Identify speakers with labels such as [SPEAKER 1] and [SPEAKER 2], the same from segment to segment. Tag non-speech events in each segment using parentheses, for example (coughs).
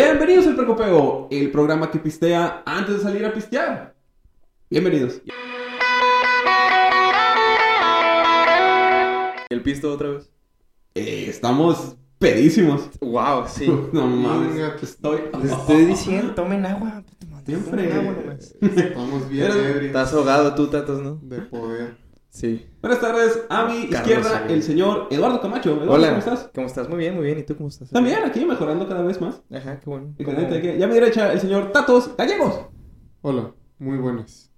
[SPEAKER 1] Bienvenidos al Percopeo, el programa que pistea antes de salir a pistear. Bienvenidos.
[SPEAKER 2] El pisto otra vez.
[SPEAKER 1] Eh, estamos pedísimos.
[SPEAKER 2] Wow,
[SPEAKER 1] (laughs)
[SPEAKER 2] sí.
[SPEAKER 1] No mames, estoy. (laughs)
[SPEAKER 3] Les estoy diciendo, tomen agua.
[SPEAKER 1] Bien
[SPEAKER 3] Tomen
[SPEAKER 1] fregado.
[SPEAKER 3] agua
[SPEAKER 2] pues.
[SPEAKER 3] nomás.
[SPEAKER 4] (laughs) Estamos bien
[SPEAKER 1] Pero-
[SPEAKER 4] ebrios
[SPEAKER 2] Estás ahogado tú, Tatas, ¿no?
[SPEAKER 4] de poder.
[SPEAKER 2] Sí.
[SPEAKER 1] Buenas tardes, a mi
[SPEAKER 2] Carlos,
[SPEAKER 1] izquierda,
[SPEAKER 2] amigo.
[SPEAKER 1] el señor Eduardo Camacho. Eduardo,
[SPEAKER 2] Hola.
[SPEAKER 1] ¿cómo estás?
[SPEAKER 2] ¿Cómo estás? Muy bien, muy bien. ¿Y tú cómo estás?
[SPEAKER 1] También aquí mejorando cada vez más.
[SPEAKER 2] Ajá, qué bueno.
[SPEAKER 1] Y con gente que- Y a mi derecha, el señor Tatos Gallegos.
[SPEAKER 4] Hola, muy buenas.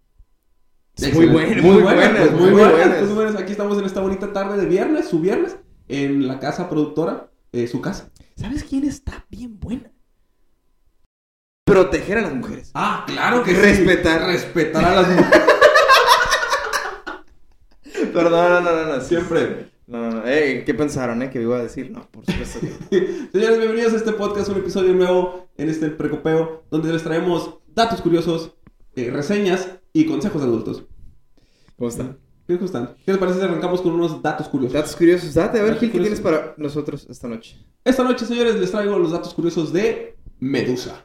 [SPEAKER 2] Sí, muy
[SPEAKER 1] Excelente.
[SPEAKER 2] buenas, muy buenas,
[SPEAKER 1] muy
[SPEAKER 2] muy
[SPEAKER 1] buenas,
[SPEAKER 2] buenas.
[SPEAKER 1] pues, muy buenas. Aquí estamos en esta bonita tarde de viernes, su viernes, en la casa productora, eh, su casa.
[SPEAKER 3] ¿Sabes quién está bien buena?
[SPEAKER 2] Proteger a las mujeres.
[SPEAKER 1] Ah, claro
[SPEAKER 2] (laughs)
[SPEAKER 1] que sí.
[SPEAKER 2] Respetar.
[SPEAKER 1] Respetar a
[SPEAKER 2] (laughs)
[SPEAKER 1] las mujeres
[SPEAKER 2] Perdón, no, no, no, no. sí.
[SPEAKER 1] siempre.
[SPEAKER 2] No, no, no. Eh, ¿qué pensaron, eh? Que iba a decir. No, por supuesto que no.
[SPEAKER 1] (laughs) Señores, bienvenidos a este podcast, un episodio nuevo en este precopeo, donde les traemos datos curiosos, eh, reseñas y consejos de adultos.
[SPEAKER 2] ¿Cómo están?
[SPEAKER 1] ¿Qué les gustan? ¿Qué les parece si arrancamos con unos datos curiosos?
[SPEAKER 2] Datos curiosos. Date, a ver,
[SPEAKER 1] Datos
[SPEAKER 2] Gil, ¿qué
[SPEAKER 1] curiosos.
[SPEAKER 2] tienes para nosotros esta noche?
[SPEAKER 1] Esta noche, señores, les traigo los datos curiosos de Medusa,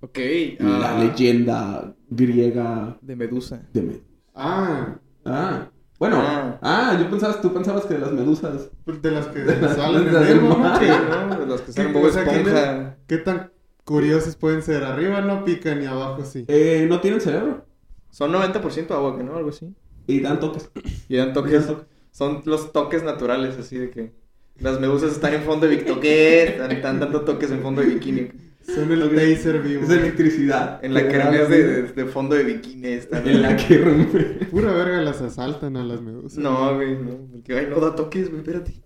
[SPEAKER 2] Ok. ah,
[SPEAKER 1] la leyenda griega
[SPEAKER 2] De Medusa.
[SPEAKER 1] de Medusa.
[SPEAKER 4] Ah,
[SPEAKER 1] Ah, bueno. Ah,
[SPEAKER 2] Ah.
[SPEAKER 1] yo pensabas, tú pensabas que las medusas.
[SPEAKER 4] pues de las que
[SPEAKER 1] De las-
[SPEAKER 4] salen
[SPEAKER 1] de las
[SPEAKER 4] en el
[SPEAKER 1] del
[SPEAKER 4] ¿no?
[SPEAKER 1] mar.
[SPEAKER 4] (laughs)
[SPEAKER 2] Sí,
[SPEAKER 4] Que-
[SPEAKER 2] ¿no? De Los que
[SPEAKER 4] que-
[SPEAKER 2] están Bob
[SPEAKER 4] o sea, ¿qué
[SPEAKER 2] Esponja.
[SPEAKER 4] tan- ¿Qué tan curiosos pueden ser? Arriba no pican y abajo sí.
[SPEAKER 1] Eh, no tienen cerebro.
[SPEAKER 2] Son 90% agua, que ¿no? Algo así.
[SPEAKER 1] Y dan toques.
[SPEAKER 2] Y dan toques.
[SPEAKER 1] Dan toques.
[SPEAKER 2] Son los toques naturales, así de que las medusas están en fondo de bikini. Están dando toques en fondo de bikini.
[SPEAKER 4] Son el taser vivo.
[SPEAKER 1] Es electricidad.
[SPEAKER 2] En la
[SPEAKER 1] Que
[SPEAKER 2] que
[SPEAKER 1] dan
[SPEAKER 2] remes
[SPEAKER 1] así.
[SPEAKER 2] de, de- de fondo de bikini. Están...
[SPEAKER 1] En la que (laughs) remes.
[SPEAKER 4] Pura verga las asaltan a las medusas.
[SPEAKER 2] No, güey, no. Porque, ay, no da toques, güey, espérate.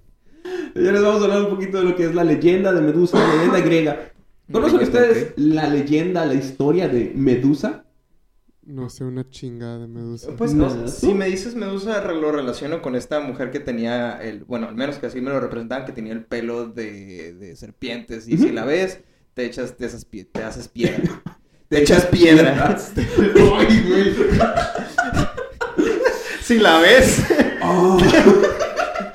[SPEAKER 1] Señores, vamos a hablar un poquito de lo que es la leyenda de Medusa, la leyenda griega. ¿Conocen
[SPEAKER 2] Leyenda,
[SPEAKER 1] ustedes la leyenda, la historia de Medusa?
[SPEAKER 4] No sé, una chingada de medusa.
[SPEAKER 2] Pues
[SPEAKER 1] No,
[SPEAKER 2] no,
[SPEAKER 1] ¿tú?
[SPEAKER 2] si me dices medusa, re- lo relaciono con esta mujer que tenía el. Bueno, al menos que así me lo representaban, que tenía el pelo de, de serpientes. Y si
[SPEAKER 1] Ujú.
[SPEAKER 2] la ves, te echas de esas pie- te
[SPEAKER 1] (laughs)
[SPEAKER 2] haces piedra. te echas piedra.
[SPEAKER 4] Ay, güey.
[SPEAKER 2] (laughs) si la ves.
[SPEAKER 1] Oh,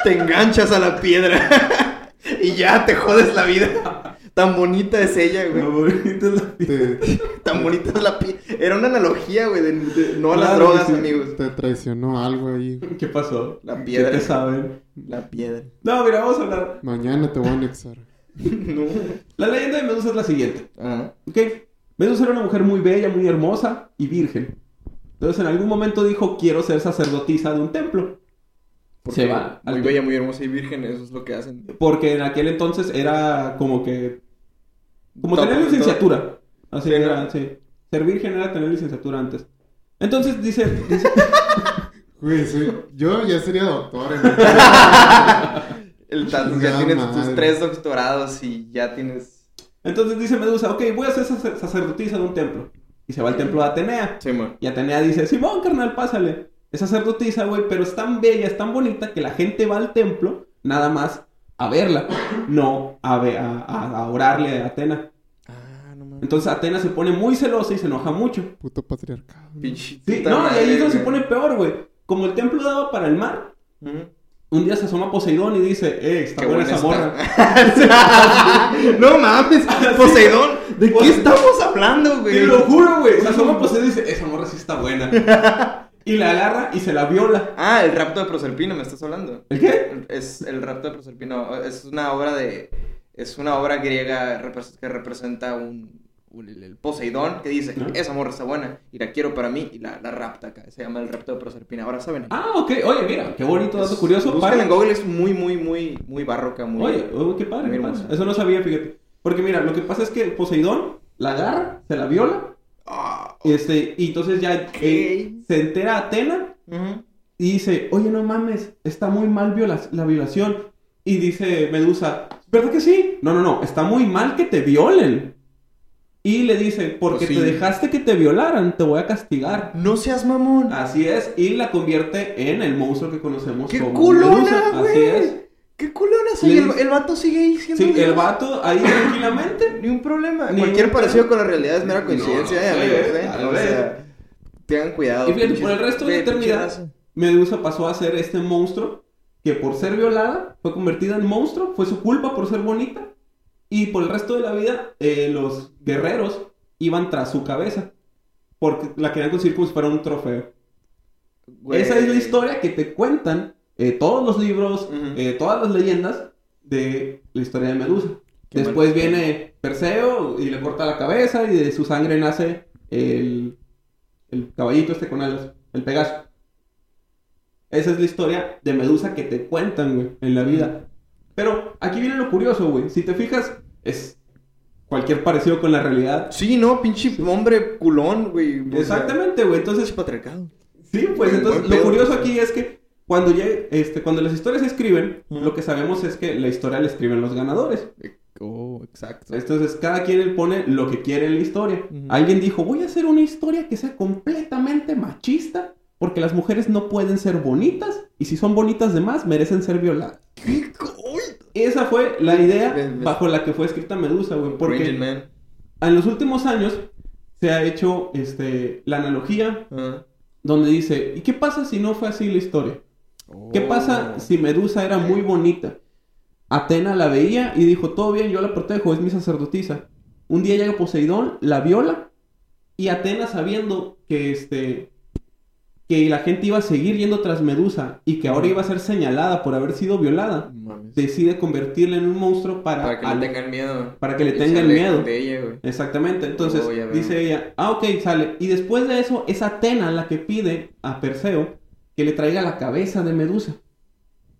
[SPEAKER 2] te enganchas a la piedra (laughs) y ya te jodes la vida. Tan bonita es ella,
[SPEAKER 1] lo (laughs)
[SPEAKER 2] güey.
[SPEAKER 1] bonito es la-
[SPEAKER 4] Te,
[SPEAKER 2] Tan bonita es la piedra. Era una analogía, güey, de, de- no a las
[SPEAKER 1] Claro,
[SPEAKER 2] drogas,
[SPEAKER 1] sí.
[SPEAKER 2] amigos.
[SPEAKER 4] te traicionó algo ahí.
[SPEAKER 1] ¿Qué pasó?
[SPEAKER 2] La
[SPEAKER 1] ¿Qué
[SPEAKER 2] piedra.
[SPEAKER 1] te saben?
[SPEAKER 2] La piedra.
[SPEAKER 1] (laughs) No, mira, vamos a hablar.
[SPEAKER 4] Mañana te voy a anexar.
[SPEAKER 2] No.
[SPEAKER 1] La leyenda de Medusa es la siguiente.
[SPEAKER 2] Ah,
[SPEAKER 1] ¿Ok? Medusa era una mujer muy bella, muy hermosa y virgen. Entonces en algún momento dijo, quiero ser sacerdotisa de un templo.
[SPEAKER 2] porque
[SPEAKER 1] Se va
[SPEAKER 2] Muy
[SPEAKER 1] al-
[SPEAKER 2] bella, muy hermosa y virgen, eso es lo que hacen.
[SPEAKER 1] Porque en aquel entonces era como que... Como
[SPEAKER 2] Top,
[SPEAKER 1] tener
[SPEAKER 2] top.
[SPEAKER 1] licenciatura. Así
[SPEAKER 2] Sí,
[SPEAKER 1] era,
[SPEAKER 2] ¿no?
[SPEAKER 1] sí. Ser virgen era tener licenciatura antes. Entonces dice... dice-
[SPEAKER 4] Güey, soy- yo ya sería doctor. En
[SPEAKER 2] El tal, ya
[SPEAKER 4] Chingada
[SPEAKER 2] tienes
[SPEAKER 4] madre.
[SPEAKER 2] tus tres doctorados y ya tienes.
[SPEAKER 1] entonces dice Medusa, ok, voy a ser sacer- sacerdotisa de un templo. Y se va al templo de Atenea.
[SPEAKER 2] Sí, man.
[SPEAKER 1] Y Atenea dice, Simón, carnal, pásale. Es sacerdotisa, güey, pero es tan bella, es tan bonita que la gente va al templo nada más a verla, no a, ve- a- a- a orarle a Atena.
[SPEAKER 2] Ah, no mames.
[SPEAKER 1] Entonces Atena se pone muy celosa y se enoja mucho.
[SPEAKER 4] (laughs) Puto patriarcado. ¿no?
[SPEAKER 2] Pinche
[SPEAKER 1] Sí,
[SPEAKER 2] puta
[SPEAKER 1] no, y ahí
[SPEAKER 2] madre,
[SPEAKER 1] es donde se
[SPEAKER 2] güey.
[SPEAKER 1] pone peor, güey. Como el templo daba para el mar,
[SPEAKER 2] Ujú.
[SPEAKER 1] un día se asoma Poseidón y dice, eh, está buena esa morra.
[SPEAKER 2] está. (laughs)
[SPEAKER 1] (laughs)
[SPEAKER 2] no mames, Poseidón, ¿de qué
[SPEAKER 1] Poseidón.
[SPEAKER 2] estamos hablando, güey?
[SPEAKER 1] Te lo juro, güey. Se asoma Poseidón y dice, esa morra sí está
[SPEAKER 2] (laughs)
[SPEAKER 1] buena. y la agarra y se la viola.
[SPEAKER 2] Ah, el rapto de Proserpina, me estás hablando.
[SPEAKER 1] ¿El qué?
[SPEAKER 2] Es el rapto de Proserpina, es una obra de. Es una obra griega repres- que representa un. un- el el Poseidón que dice,
[SPEAKER 1] ¿No?
[SPEAKER 2] esa morra está buena y la quiero para mí y la, la rapta acá. Se llama el rapto de Proserpina. Ahora saben.
[SPEAKER 1] Ah, ok. Oye, mira, qué bonito dato curioso.
[SPEAKER 2] Búsquenla
[SPEAKER 1] Para-
[SPEAKER 2] en Google, es muy, muy, muy, muy barroca, muy.
[SPEAKER 1] Oye, oh, qué padre,
[SPEAKER 2] muy
[SPEAKER 1] qué padre.
[SPEAKER 2] hermoso.
[SPEAKER 1] Eso no sabía, fíjate. Porque mira, lo que pasa es que Poseidón la agarra, se la viola,
[SPEAKER 2] Ah,
[SPEAKER 1] este, y entonces ya
[SPEAKER 2] ¿Qué?
[SPEAKER 1] eh, se entera Atena
[SPEAKER 2] ujú.
[SPEAKER 1] y dice, oye, no mames, está muy mal viola- la violación. Y dice Medusa, ¿verdad que sí? No, no, no, está muy mal que te violen. Y le dice, porque
[SPEAKER 2] Pues sí.
[SPEAKER 1] te dejaste que te violaran, te voy a castigar.
[SPEAKER 2] No seas mamón.
[SPEAKER 1] Así es, y la convierte en el monstruo que conocemos
[SPEAKER 2] ¡Qué
[SPEAKER 1] como
[SPEAKER 2] culona,
[SPEAKER 1] Medusa. Así es.
[SPEAKER 2] güey! ¡Qué culona!
[SPEAKER 1] Le
[SPEAKER 2] Sí, el,
[SPEAKER 1] dice-
[SPEAKER 2] el vato sigue ahí siendo
[SPEAKER 1] Sí, el
[SPEAKER 2] Dios.
[SPEAKER 1] vato ahí tranquilamente
[SPEAKER 2] Ni un problema.
[SPEAKER 1] Ni
[SPEAKER 2] Cualquier
[SPEAKER 1] un
[SPEAKER 2] parecido
[SPEAKER 1] problema.
[SPEAKER 2] con la realidad es mera
[SPEAKER 1] No,
[SPEAKER 2] coincidencia,
[SPEAKER 1] no,
[SPEAKER 2] eh,
[SPEAKER 1] sí,
[SPEAKER 2] amigos,
[SPEAKER 1] eh,
[SPEAKER 2] eh.
[SPEAKER 1] tal
[SPEAKER 2] O
[SPEAKER 1] vez.
[SPEAKER 2] sea, tengan cuidado.
[SPEAKER 1] Y fíjate,
[SPEAKER 2] pinches-
[SPEAKER 1] por el resto de la
[SPEAKER 2] güey, pinche
[SPEAKER 1] eternidad-
[SPEAKER 2] raza.
[SPEAKER 1] Medusa pasó a ser este monstruo que por ser violada fue convertida en monstruo, fue su culpa por ser bonita y Y por el resto de la vida, eh, los guerreros iban tras su cabeza. Porque la querían conseguir como si fuera un trofeo.
[SPEAKER 2] Güey.
[SPEAKER 1] Esa es la historia que te cuentan eh, todos los libros,
[SPEAKER 2] Ujú.
[SPEAKER 1] eh, todas las leyendas de la historia de Medusa.
[SPEAKER 3] Qué
[SPEAKER 1] Después viene Perseo y le corta la cabeza y de su sangre nace el, el caballito este con alas, el Pegaso. Esa es la historia de Medusa que te cuentan, güey, en la vida. Pero aquí viene lo curioso, güey. Si te fijas, es cualquier parecido con la realidad.
[SPEAKER 2] Sí, no, pinche hombre culón, güey. O sea,
[SPEAKER 1] Exactamente, güey. Entonces,
[SPEAKER 2] pinche patriarcado.
[SPEAKER 1] Sí, pues
[SPEAKER 2] Buen
[SPEAKER 1] entonces
[SPEAKER 2] pedo.
[SPEAKER 1] lo curioso aquí es que cuando, ya, este, cuando las historias se escriben,
[SPEAKER 2] Ujú.
[SPEAKER 1] lo que sabemos es que la historia la escriben los ganadores.
[SPEAKER 2] Oh, exacto.
[SPEAKER 1] Entonces cada quien le pone lo que quiere en la historia.
[SPEAKER 2] Ujú.
[SPEAKER 1] Alguien dijo, voy a hacer una historia que sea completamente machista porque las mujeres no pueden ser bonitas y si son bonitas de más merecen ser violadas.
[SPEAKER 2] ¿Qué? Uy,
[SPEAKER 1] Esa fue la idea
[SPEAKER 2] Me- me-
[SPEAKER 1] bajo la que fue escrita Medusa, güey.
[SPEAKER 2] Ranger
[SPEAKER 1] Porque
[SPEAKER 2] Man.
[SPEAKER 1] en los últimos años se ha hecho este, la analogía
[SPEAKER 2] Ah.
[SPEAKER 1] donde dice, ¿y qué pasa si no fue así la historia?
[SPEAKER 2] Oh,
[SPEAKER 1] ¿Qué pasa si Medusa era muy bonita? Atena la veía y dijo, todo bien, yo la protejo, es mi sacerdotisa. Un día llega Poseidón, la viola y Atena sabiendo que este que la gente iba a seguir yendo tras Medusa y que ahora iba a ser señalada por haber sido violada,
[SPEAKER 2] Mames.
[SPEAKER 1] decide convertirla en un monstruo para,
[SPEAKER 2] Para que
[SPEAKER 1] al-
[SPEAKER 2] le tengan miedo.
[SPEAKER 1] para que le
[SPEAKER 2] Y se
[SPEAKER 1] tengan
[SPEAKER 2] alejen
[SPEAKER 1] miedo.
[SPEAKER 2] De ella, güey.
[SPEAKER 1] Exactamente, entonces
[SPEAKER 2] Oh, ya veo.
[SPEAKER 1] dice ella, ah, ok, sale. Y después de eso, es Atena la que pide a Perseo que le traiga la cabeza de Medusa.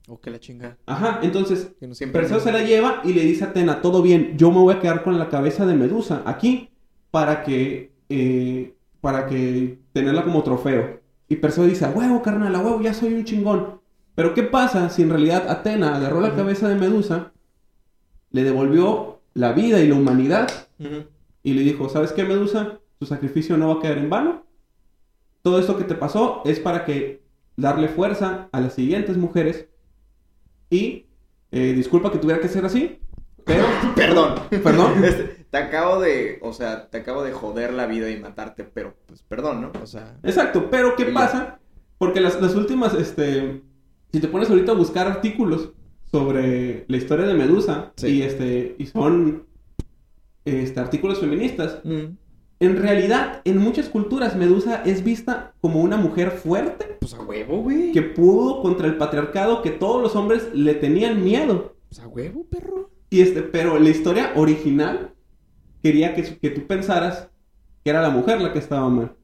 [SPEAKER 2] O que la chinga.
[SPEAKER 1] Ajá, entonces
[SPEAKER 2] Que no siempre.
[SPEAKER 1] Perseo se la lleva y le dice a Atena, todo bien, yo me voy a quedar con la cabeza de Medusa aquí para que, eh, para que tenerla como trofeo. Y Perseo dice, a huevo, carnal, a huevo, ya soy un chingón. Pero ¿qué pasa si en realidad Atena agarró la cabeza de Medusa, le devolvió la vida y la humanidad
[SPEAKER 2] Ujú.
[SPEAKER 1] y le dijo, ¿sabes qué, Medusa? Tu sacrificio no va a quedar en vano. Todo esto que te pasó es para que darle fuerza a las siguientes mujeres. Y eh, disculpa que tuviera que ser así,
[SPEAKER 2] (laughs)
[SPEAKER 1] pero
[SPEAKER 2] Perdón.
[SPEAKER 1] (laughs) (laughs) Perdón.
[SPEAKER 2] Este, te acabo de. O sea, te acabo de joder la vida y matarte, pero pues perdón, ¿no? O sea.
[SPEAKER 1] Exacto, pero ¿qué
[SPEAKER 2] Ya.
[SPEAKER 1] pasa? Porque las, las últimas, este, si te pones ahorita a buscar artículos sobre la historia de Medusa
[SPEAKER 2] Sí.
[SPEAKER 1] y este y son este artículos feministas, en realidad en muchas culturas Medusa es vista como una mujer fuerte
[SPEAKER 2] Pues a huevo, güey.
[SPEAKER 1] que pudo contra el patriarcado que todos los hombres le tenían miedo.
[SPEAKER 2] Pues a huevo, perro.
[SPEAKER 1] Y este, pero la historia original quería que, su- que tú pensaras que era la mujer la que estaba mal.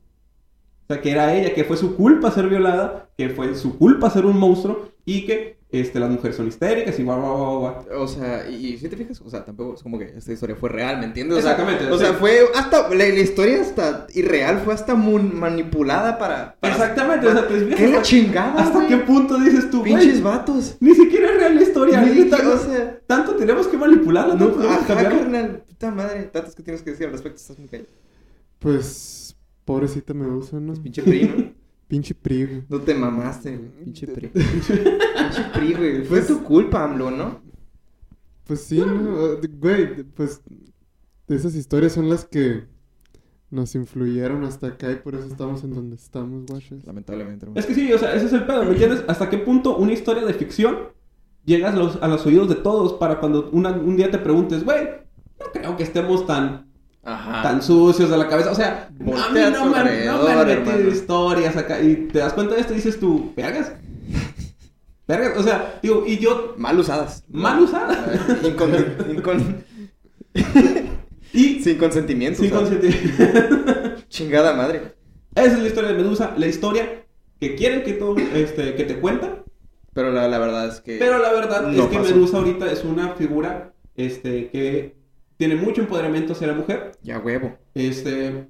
[SPEAKER 1] O sea, que era ella, que fue su culpa ser violada, que fue su culpa ser un monstruo y que este, las mujeres son histéricas y guau, guau, guau, guau.
[SPEAKER 2] O sea, y, y si te fijas, o sea, tampoco es como que esta historia fue real, ¿me entiendes? O sea,
[SPEAKER 1] Exactamente,
[SPEAKER 2] O
[SPEAKER 1] sí.
[SPEAKER 2] sea, fue hasta. La, la historia hasta irreal fue hasta mun- manipulada para. para-
[SPEAKER 1] Exactamente, o sea, te
[SPEAKER 2] ¿Qué la
[SPEAKER 1] desvías
[SPEAKER 2] chingada?
[SPEAKER 1] hasta, hasta
[SPEAKER 2] Ah, güey?
[SPEAKER 1] qué punto dices tú, güey?
[SPEAKER 2] Pinches vatos.
[SPEAKER 1] Ni siquiera es real la historia.
[SPEAKER 2] Ni-
[SPEAKER 1] neta,
[SPEAKER 2] o sea.
[SPEAKER 1] tanto tenemos que manipularla,
[SPEAKER 2] No,
[SPEAKER 1] tanto tenemos que
[SPEAKER 2] ajá,
[SPEAKER 1] cambiarla.
[SPEAKER 2] carnal, puta madre. Tantas que tienes que decir al respecto, estás muy callado.
[SPEAKER 4] Pues, pobrecita Medusa, ¿no?
[SPEAKER 2] Es pinche PRI, ¿no?
[SPEAKER 4] Pinche PRI, güey.
[SPEAKER 2] No te mamaste, güey.
[SPEAKER 1] (laughs)
[SPEAKER 2] Pinche PRI. pinche PRI, güey. Fue tu culpa, AMLO, ¿no?
[SPEAKER 4] Pues
[SPEAKER 2] (laughs)
[SPEAKER 4] sí, ¿no? Eh, Güey, pues esas historias son las que nos influyeron hasta acá y por eso estamos en donde estamos, guachas.
[SPEAKER 2] Lamentablemente, hermano.
[SPEAKER 1] Es que sí, o sea, ese es el pedo, ¿me entiendes? ¿Hasta qué punto una historia de ficción llegas los- a los oídos de todos para cuando una- un día te preguntes, güey, no creo que estemos tan,
[SPEAKER 2] Ajá.
[SPEAKER 1] tan sucios de la cabeza? O sea, a mí
[SPEAKER 2] Ah. Voltea a
[SPEAKER 1] no
[SPEAKER 2] tu
[SPEAKER 1] me, han- no me han
[SPEAKER 2] alrededor,
[SPEAKER 1] metido
[SPEAKER 2] hermano.
[SPEAKER 1] historias acá. Y te das cuenta de esto y dices tú, vergas. Vergas, o sea, digo, y yo,
[SPEAKER 2] Mal usadas.
[SPEAKER 1] Mal usadas.
[SPEAKER 2] Eh, incon- incon-
[SPEAKER 1] y
[SPEAKER 2] sin consentimiento.
[SPEAKER 1] sin
[SPEAKER 2] o sea,
[SPEAKER 1] consentimiento.
[SPEAKER 2] Chingada madre.
[SPEAKER 1] (laughs) Esa es la historia de Medusa, la historia que quieren que, todo, este, que te cuentan.
[SPEAKER 2] Pero la, la verdad es que.
[SPEAKER 1] Pero la verdad
[SPEAKER 2] No
[SPEAKER 1] es que
[SPEAKER 2] pasó.
[SPEAKER 1] Medusa ahorita es una figura este, que tiene mucho empoderamiento hacia la mujer,
[SPEAKER 2] Ya huevo.
[SPEAKER 1] este,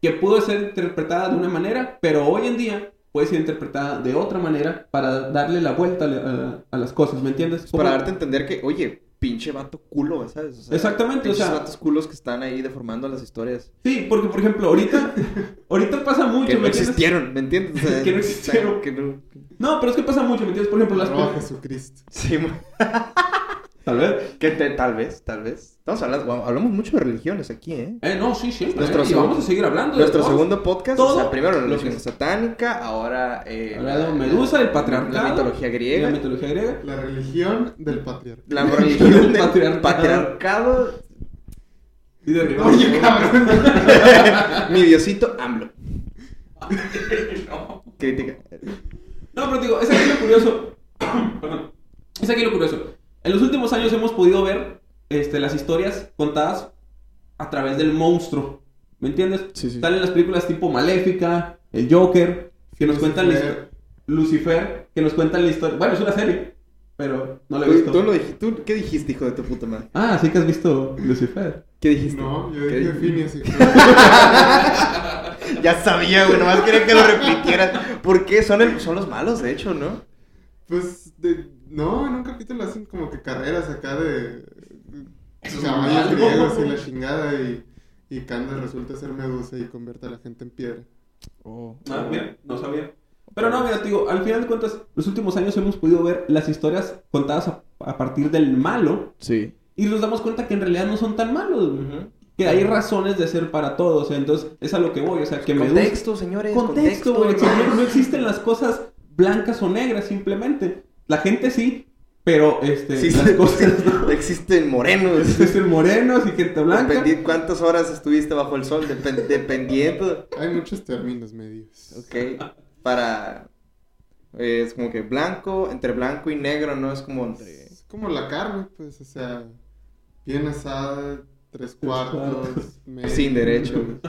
[SPEAKER 1] que pudo ser interpretada de una manera, pero hoy en día puede ser interpretada de otra manera para darle la vuelta a, la- a- a las cosas, ¿me entiendes?
[SPEAKER 2] Es para
[SPEAKER 1] Como-
[SPEAKER 2] darte a entender que, oye, pinche vato culo, ¿sabes? O sea,
[SPEAKER 1] Exactamente, o
[SPEAKER 2] pinches
[SPEAKER 1] sea-
[SPEAKER 2] vatos culos que están ahí deformando las historias.
[SPEAKER 1] Sí, porque por ejemplo,
[SPEAKER 2] (laughs)
[SPEAKER 1] ahorita, ahorita pasa mucho,
[SPEAKER 2] Que no
[SPEAKER 1] ¿me entiendes?
[SPEAKER 2] existieron, ¿me entiendes? O sea,
[SPEAKER 1] (laughs) Que no existieron.
[SPEAKER 2] Que no...
[SPEAKER 1] No, pero es que pasa mucho, ¿me entiendes? Por ejemplo, las
[SPEAKER 4] No,
[SPEAKER 1] pe-
[SPEAKER 4] Jesucristo.
[SPEAKER 2] Sí, mo-
[SPEAKER 1] Tal vez.
[SPEAKER 2] Que te- tal vez, tal vez. Estamos hablando, hablamos mucho de religiones aquí, ¿eh?
[SPEAKER 1] Eh, no, sí, siempre.
[SPEAKER 2] Nuestro
[SPEAKER 1] eh, y
[SPEAKER 2] segundo-
[SPEAKER 1] vamos a seguir hablando. de
[SPEAKER 2] Nuestro
[SPEAKER 1] todo.
[SPEAKER 2] segundo podcast,
[SPEAKER 1] todo
[SPEAKER 2] o sea, primero la
[SPEAKER 1] lo
[SPEAKER 2] religión
[SPEAKER 1] que-
[SPEAKER 2] satánica, ahora... Eh,
[SPEAKER 1] Hablado de Medusa, el patriarcado.
[SPEAKER 2] La mitología griega.
[SPEAKER 1] La mitología griega.
[SPEAKER 4] La religión
[SPEAKER 2] (laughs)
[SPEAKER 4] del patriarca.
[SPEAKER 1] (laughs)
[SPEAKER 2] La religión del
[SPEAKER 1] Patriarcado. (laughs)
[SPEAKER 2] patriarcado.
[SPEAKER 1] Y derribamos.
[SPEAKER 4] Oye,
[SPEAKER 1] (laughs)
[SPEAKER 4] cabrón.
[SPEAKER 2] Mi diosito AMLO. Crítica.
[SPEAKER 1] No, pero te digo, es aquí lo curioso. (coughs) Perdón. Es aquí lo curioso. En los últimos años hemos podido ver este, las historias contadas a través del monstruo. ¿Me entiendes?
[SPEAKER 4] Sí, sí.
[SPEAKER 1] Salen las películas tipo Maléfica, El Joker, que nos cuentan la historia.
[SPEAKER 4] Lucifer.
[SPEAKER 1] Lucifer, que nos cuentan la historia. Bueno, es una serie, pero no la he
[SPEAKER 2] Tú,
[SPEAKER 1] visto.
[SPEAKER 2] tú lo dijiste, tú- ¿Qué dijiste, hijo de tu puta madre?
[SPEAKER 1] Ah, sí que has visto Lucifer.
[SPEAKER 2] ¿Qué dijiste?
[SPEAKER 4] (laughs) No, yo
[SPEAKER 2] ¿Qué
[SPEAKER 4] dije
[SPEAKER 2] dijiste?
[SPEAKER 4] Phineas y Ferb.
[SPEAKER 2] (laughs) Ya sabía, güey. Nomás quería que lo repitieran. ¿Por qué? Son, el- son los malos, de hecho, ¿no?
[SPEAKER 4] Pues, de- no, en un capítulo hacen como que carreras acá de
[SPEAKER 1] Eso es
[SPEAKER 4] caballos
[SPEAKER 1] malo.
[SPEAKER 4] griegos
[SPEAKER 2] (laughs)
[SPEAKER 4] y la chingada y, y Candace resulta ser medusa y convierte a la gente en piedra.
[SPEAKER 1] Ah, mira, no sabía. Pero no, mira, te digo, al final de cuentas, los últimos años hemos podido ver las historias contadas a- a partir del malo
[SPEAKER 2] Sí.
[SPEAKER 1] Y nos damos cuenta que en realidad no son tan malos, güey. Que hay razones de ser para todos. Entonces, es a lo que voy. O sea, que me gusta.
[SPEAKER 2] Contexto, señores.
[SPEAKER 1] Contexto, güey. No, no existen las cosas blancas o negras, simplemente. La gente sí, pero este,
[SPEAKER 2] Sí,
[SPEAKER 1] las
[SPEAKER 2] sí,
[SPEAKER 1] cosas no. (laughs)
[SPEAKER 2] sí, Existen morenos.
[SPEAKER 1] Existen morenos y gente blanca.
[SPEAKER 2] Dependi- ¿Cuántas horas estuviste bajo el sol? Depen- dependiendo.
[SPEAKER 4] Hay muchos términos medios.
[SPEAKER 2] Ok. Para. eh, es como que blanco, entre blanco y negro, ¿no? Es como entre.
[SPEAKER 4] Es como la carne, pues, o sea, bien asada, tres cuartos, medio.
[SPEAKER 2] Sin derecho. güey.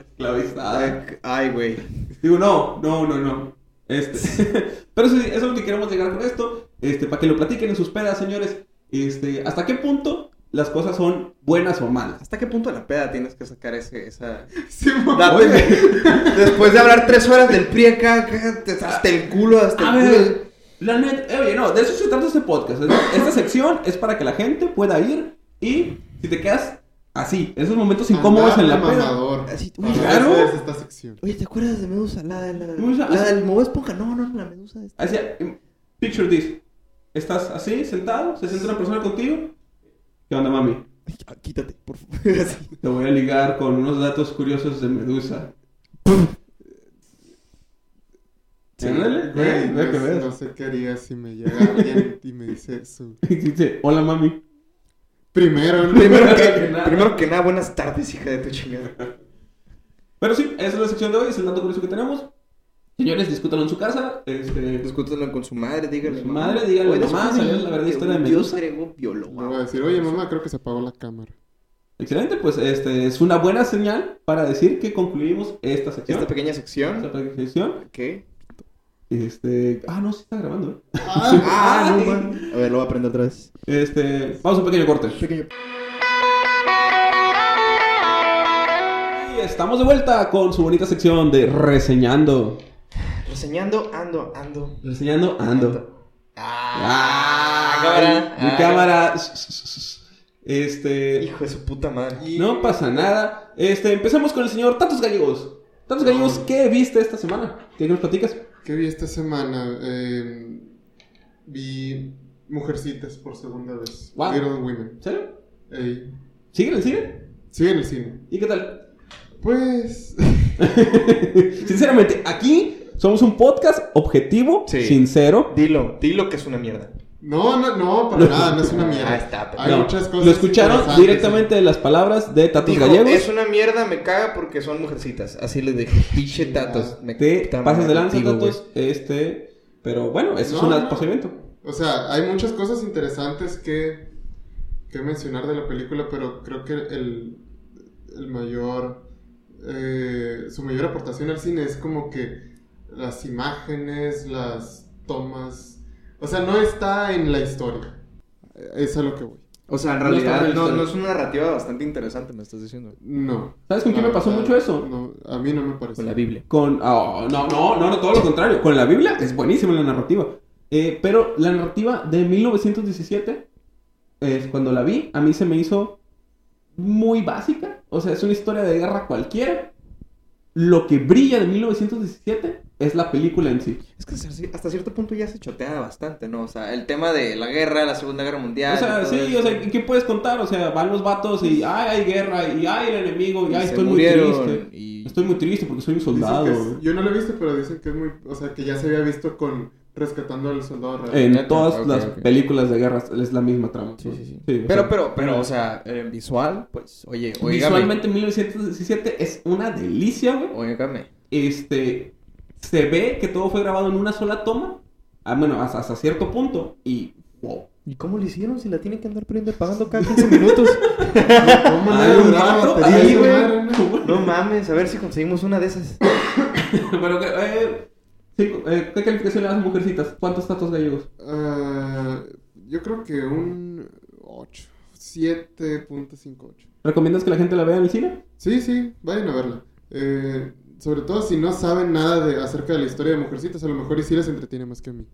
[SPEAKER 1] Esclavizada.
[SPEAKER 2] Ay, Ay, güey.
[SPEAKER 1] Digo, no, no, no, no. Este. (laughs) Pero eso, sí, eso es lo que queremos llegar con esto. Este, para que lo platiquen en sus pedas, señores. Este, ¿hasta qué punto las cosas son buenas o malas?
[SPEAKER 2] ¿Hasta qué punto de la peda tienes que sacar ese, esa.
[SPEAKER 1] (laughs)
[SPEAKER 4] Sí, mo-
[SPEAKER 2] Date- Después de hablar tres horas del PRI acá, acá, te- hasta el culo, hasta el
[SPEAKER 1] A
[SPEAKER 2] culo.
[SPEAKER 1] ver, la neta, eh, oye, no, de eso se trata este podcast. es- Esta sección es para que la gente pueda ir y si te quedas así, esos momentos incómodos en la
[SPEAKER 4] Andar de
[SPEAKER 1] peda.
[SPEAKER 4] mamador.
[SPEAKER 2] Así,
[SPEAKER 1] uy,
[SPEAKER 4] Para
[SPEAKER 1] claro.
[SPEAKER 4] eso es esta sección.
[SPEAKER 3] Oye, ¿te acuerdas de Medusa? La, de la,
[SPEAKER 1] Medusa,
[SPEAKER 3] la
[SPEAKER 1] así-
[SPEAKER 3] del Mobo Esponja. No, no, la Medusa. esta.
[SPEAKER 1] Así, em, picture this. Estás así, sentado, se sienta una persona contigo. ¿Qué onda, mami?
[SPEAKER 3] Ay, ah, Quítate, por favor. (laughs) Así.
[SPEAKER 1] Te voy a ligar con unos datos curiosos de Medusa. Ándale,
[SPEAKER 4] Güey,
[SPEAKER 1] güey, ve que
[SPEAKER 4] no-
[SPEAKER 1] ves.
[SPEAKER 4] no sé qué haría si me llega alguien y me dice eso.
[SPEAKER 1] Y (laughs) dice, hola, mami.
[SPEAKER 4] Primero, ¿no?
[SPEAKER 2] Primero que,
[SPEAKER 1] que nada.
[SPEAKER 2] primero que nada, buenas tardes, hija de tu chingada.
[SPEAKER 1] Pero sí, esa es la sección de hoy, es el dato curioso que tenemos. Señores, discútanlo en su casa. Este,
[SPEAKER 2] Discútenlo con su madre, díganle.
[SPEAKER 1] Su madre, díganle,
[SPEAKER 2] Oye,
[SPEAKER 1] mamá,
[SPEAKER 2] descubrí
[SPEAKER 1] ¿sabías la verdadera
[SPEAKER 2] que
[SPEAKER 1] historia de
[SPEAKER 2] un dios
[SPEAKER 1] Medusa?
[SPEAKER 2] griego violó
[SPEAKER 4] Le
[SPEAKER 2] a
[SPEAKER 4] voy a decir, oye mamá, creo que se apagó la cámara.
[SPEAKER 1] Excelente, pues este es una buena señal para decir que concluimos esta sección.
[SPEAKER 2] Esta pequeña sección.
[SPEAKER 1] Esta sección.
[SPEAKER 2] ¿Qué?
[SPEAKER 1] Este, ah, no, sí está grabando. ¿eh? (laughs)
[SPEAKER 2] Ah,
[SPEAKER 1] Ay.
[SPEAKER 2] no, man. A ver, lo voy a aprender otra vez.
[SPEAKER 1] Este, vamos a un pequeño corte.
[SPEAKER 2] Pequeño.
[SPEAKER 1] Y estamos de vuelta con su bonita sección de reseñando.
[SPEAKER 2] Reseñando, ando, ando.
[SPEAKER 1] Reseñando ando.
[SPEAKER 2] Ah,
[SPEAKER 1] Ay,
[SPEAKER 2] cámara.
[SPEAKER 1] Mi
[SPEAKER 2] Ah,
[SPEAKER 1] cámara. Este,
[SPEAKER 2] Hijo de su puta madre.
[SPEAKER 1] no pasa nada. Este, empezamos con el señor Tatos Gallegos. Tatos Gallegos, ¿qué viste esta semana? ¿Qué nos platicas?
[SPEAKER 4] ¿Qué vi esta semana? Eh, vi Mujercitas por segunda vez.
[SPEAKER 1] Wow.
[SPEAKER 4] Little Women.
[SPEAKER 1] ¿En serio?
[SPEAKER 4] Ey.
[SPEAKER 1] ¿Siguen? ¿Siguen?
[SPEAKER 4] Sigue en el cine.
[SPEAKER 1] ¿Y qué tal?
[SPEAKER 4] Pues. (laughs)
[SPEAKER 1] Sinceramente, aquí somos un podcast objetivo,
[SPEAKER 2] Sí.
[SPEAKER 1] sincero.
[SPEAKER 2] Dilo, dilo que es una mierda.
[SPEAKER 4] No, no, no, para nada, no es una mierda.
[SPEAKER 2] Ahí está, pero-
[SPEAKER 4] Hay
[SPEAKER 1] No,
[SPEAKER 4] muchas cosas.
[SPEAKER 1] lo escucharon
[SPEAKER 4] interesantes.
[SPEAKER 1] directamente de las palabras de Tatos
[SPEAKER 2] Dijo,
[SPEAKER 1] Gallegos.
[SPEAKER 2] es una mierda, me caga porque son mujercitas. Así les dije, pinche tatos. Me
[SPEAKER 1] Te
[SPEAKER 2] puta
[SPEAKER 1] pasas de
[SPEAKER 2] madre
[SPEAKER 1] lanza,
[SPEAKER 2] contigo,
[SPEAKER 1] Tatos. Este, pero bueno, eso
[SPEAKER 4] No,
[SPEAKER 1] es un
[SPEAKER 4] no.
[SPEAKER 1] procedimiento.
[SPEAKER 4] O sea, hay muchas cosas interesantes que, que mencionar de la película, pero creo que el, el mayor. eh, su mayor aportación al cine es como que las imágenes, las tomas. O sea, no está en la historia. Es a lo que voy.
[SPEAKER 2] güey. O sea, en
[SPEAKER 1] No está
[SPEAKER 2] realidad
[SPEAKER 1] mal
[SPEAKER 2] no,
[SPEAKER 1] historia.
[SPEAKER 2] no es una narrativa bastante interesante, me estás diciendo.
[SPEAKER 4] No.
[SPEAKER 1] ¿Sabes con quién
[SPEAKER 4] No,
[SPEAKER 1] me pasó
[SPEAKER 4] o sea,
[SPEAKER 1] mucho eso?
[SPEAKER 4] No, a mí no me pareció.
[SPEAKER 2] Con la Biblia.
[SPEAKER 1] Con. ah, no, no, no, no, todo lo contrario. Con la Biblia es buenísima la narrativa. Eh, pero la narrativa de 1917, eh, cuando la vi, a mí se me hizo muy básica. O sea, es una historia de guerra cualquiera. Lo que brilla de 1917 es la película en sí.
[SPEAKER 2] Es que hasta- hasta cierto punto ya se chotea bastante, ¿no? O sea, el tema de la guerra, la Segunda Guerra Mundial.
[SPEAKER 1] O sea,
[SPEAKER 2] todo
[SPEAKER 1] sí,
[SPEAKER 2] eso.
[SPEAKER 1] o sea, ¿qué puedes contar? O sea, van los vatos y ay, hay guerra y ay, el enemigo y ay,
[SPEAKER 2] se
[SPEAKER 1] estoy
[SPEAKER 2] murieron,
[SPEAKER 1] muy triste.
[SPEAKER 2] y-
[SPEAKER 1] Estoy muy triste porque soy un
[SPEAKER 4] Dicen
[SPEAKER 1] soldado.
[SPEAKER 4] que es- yo no lo he visto, pero dicen que es muy. O sea, que ya se había visto con rescatando al soldado real.
[SPEAKER 1] En
[SPEAKER 2] Neta,
[SPEAKER 1] todas
[SPEAKER 2] ok,
[SPEAKER 1] las
[SPEAKER 2] ok.
[SPEAKER 1] películas de guerra es la misma trama.
[SPEAKER 2] Sí, sí, sí.
[SPEAKER 1] o
[SPEAKER 2] pero,
[SPEAKER 1] sea,
[SPEAKER 2] pero, pero, o sea, en visual, pues, oye, oígame.
[SPEAKER 1] Visualmente 1917 es una delicia, güey.
[SPEAKER 2] Oígame.
[SPEAKER 1] Este, se ve que todo fue grabado en una sola toma. Ah, bueno, hasta, hasta cierto punto. Y, wow.
[SPEAKER 2] ¿Y cómo lo hicieron si la tienen que andar poniendo pagando cada 15 minutos?
[SPEAKER 4] (laughs) ¿Cómo
[SPEAKER 1] Ah,
[SPEAKER 4] nadie
[SPEAKER 1] un
[SPEAKER 4] duraba
[SPEAKER 1] vato,
[SPEAKER 4] batería
[SPEAKER 2] ahí,
[SPEAKER 4] esa
[SPEAKER 2] güey.
[SPEAKER 1] (laughs)
[SPEAKER 4] madre, no?
[SPEAKER 2] (laughs) no mames, a ver si conseguimos una de esas.
[SPEAKER 1] (laughs) pero, que, eh, sí, eh, ¿qué calificación le das a mujercitas? ¿Cuántos tatos gallegos?
[SPEAKER 4] Ah, yo creo que un 8. 7.58.
[SPEAKER 1] ¿Recomiendas que la gente la vea en el cine?
[SPEAKER 4] Sí, sí, vayan a verla. Eh, sobre todo si no saben nada de, acerca de la historia de Mujercitas, a lo mejor y sí les entretiene más que a mí.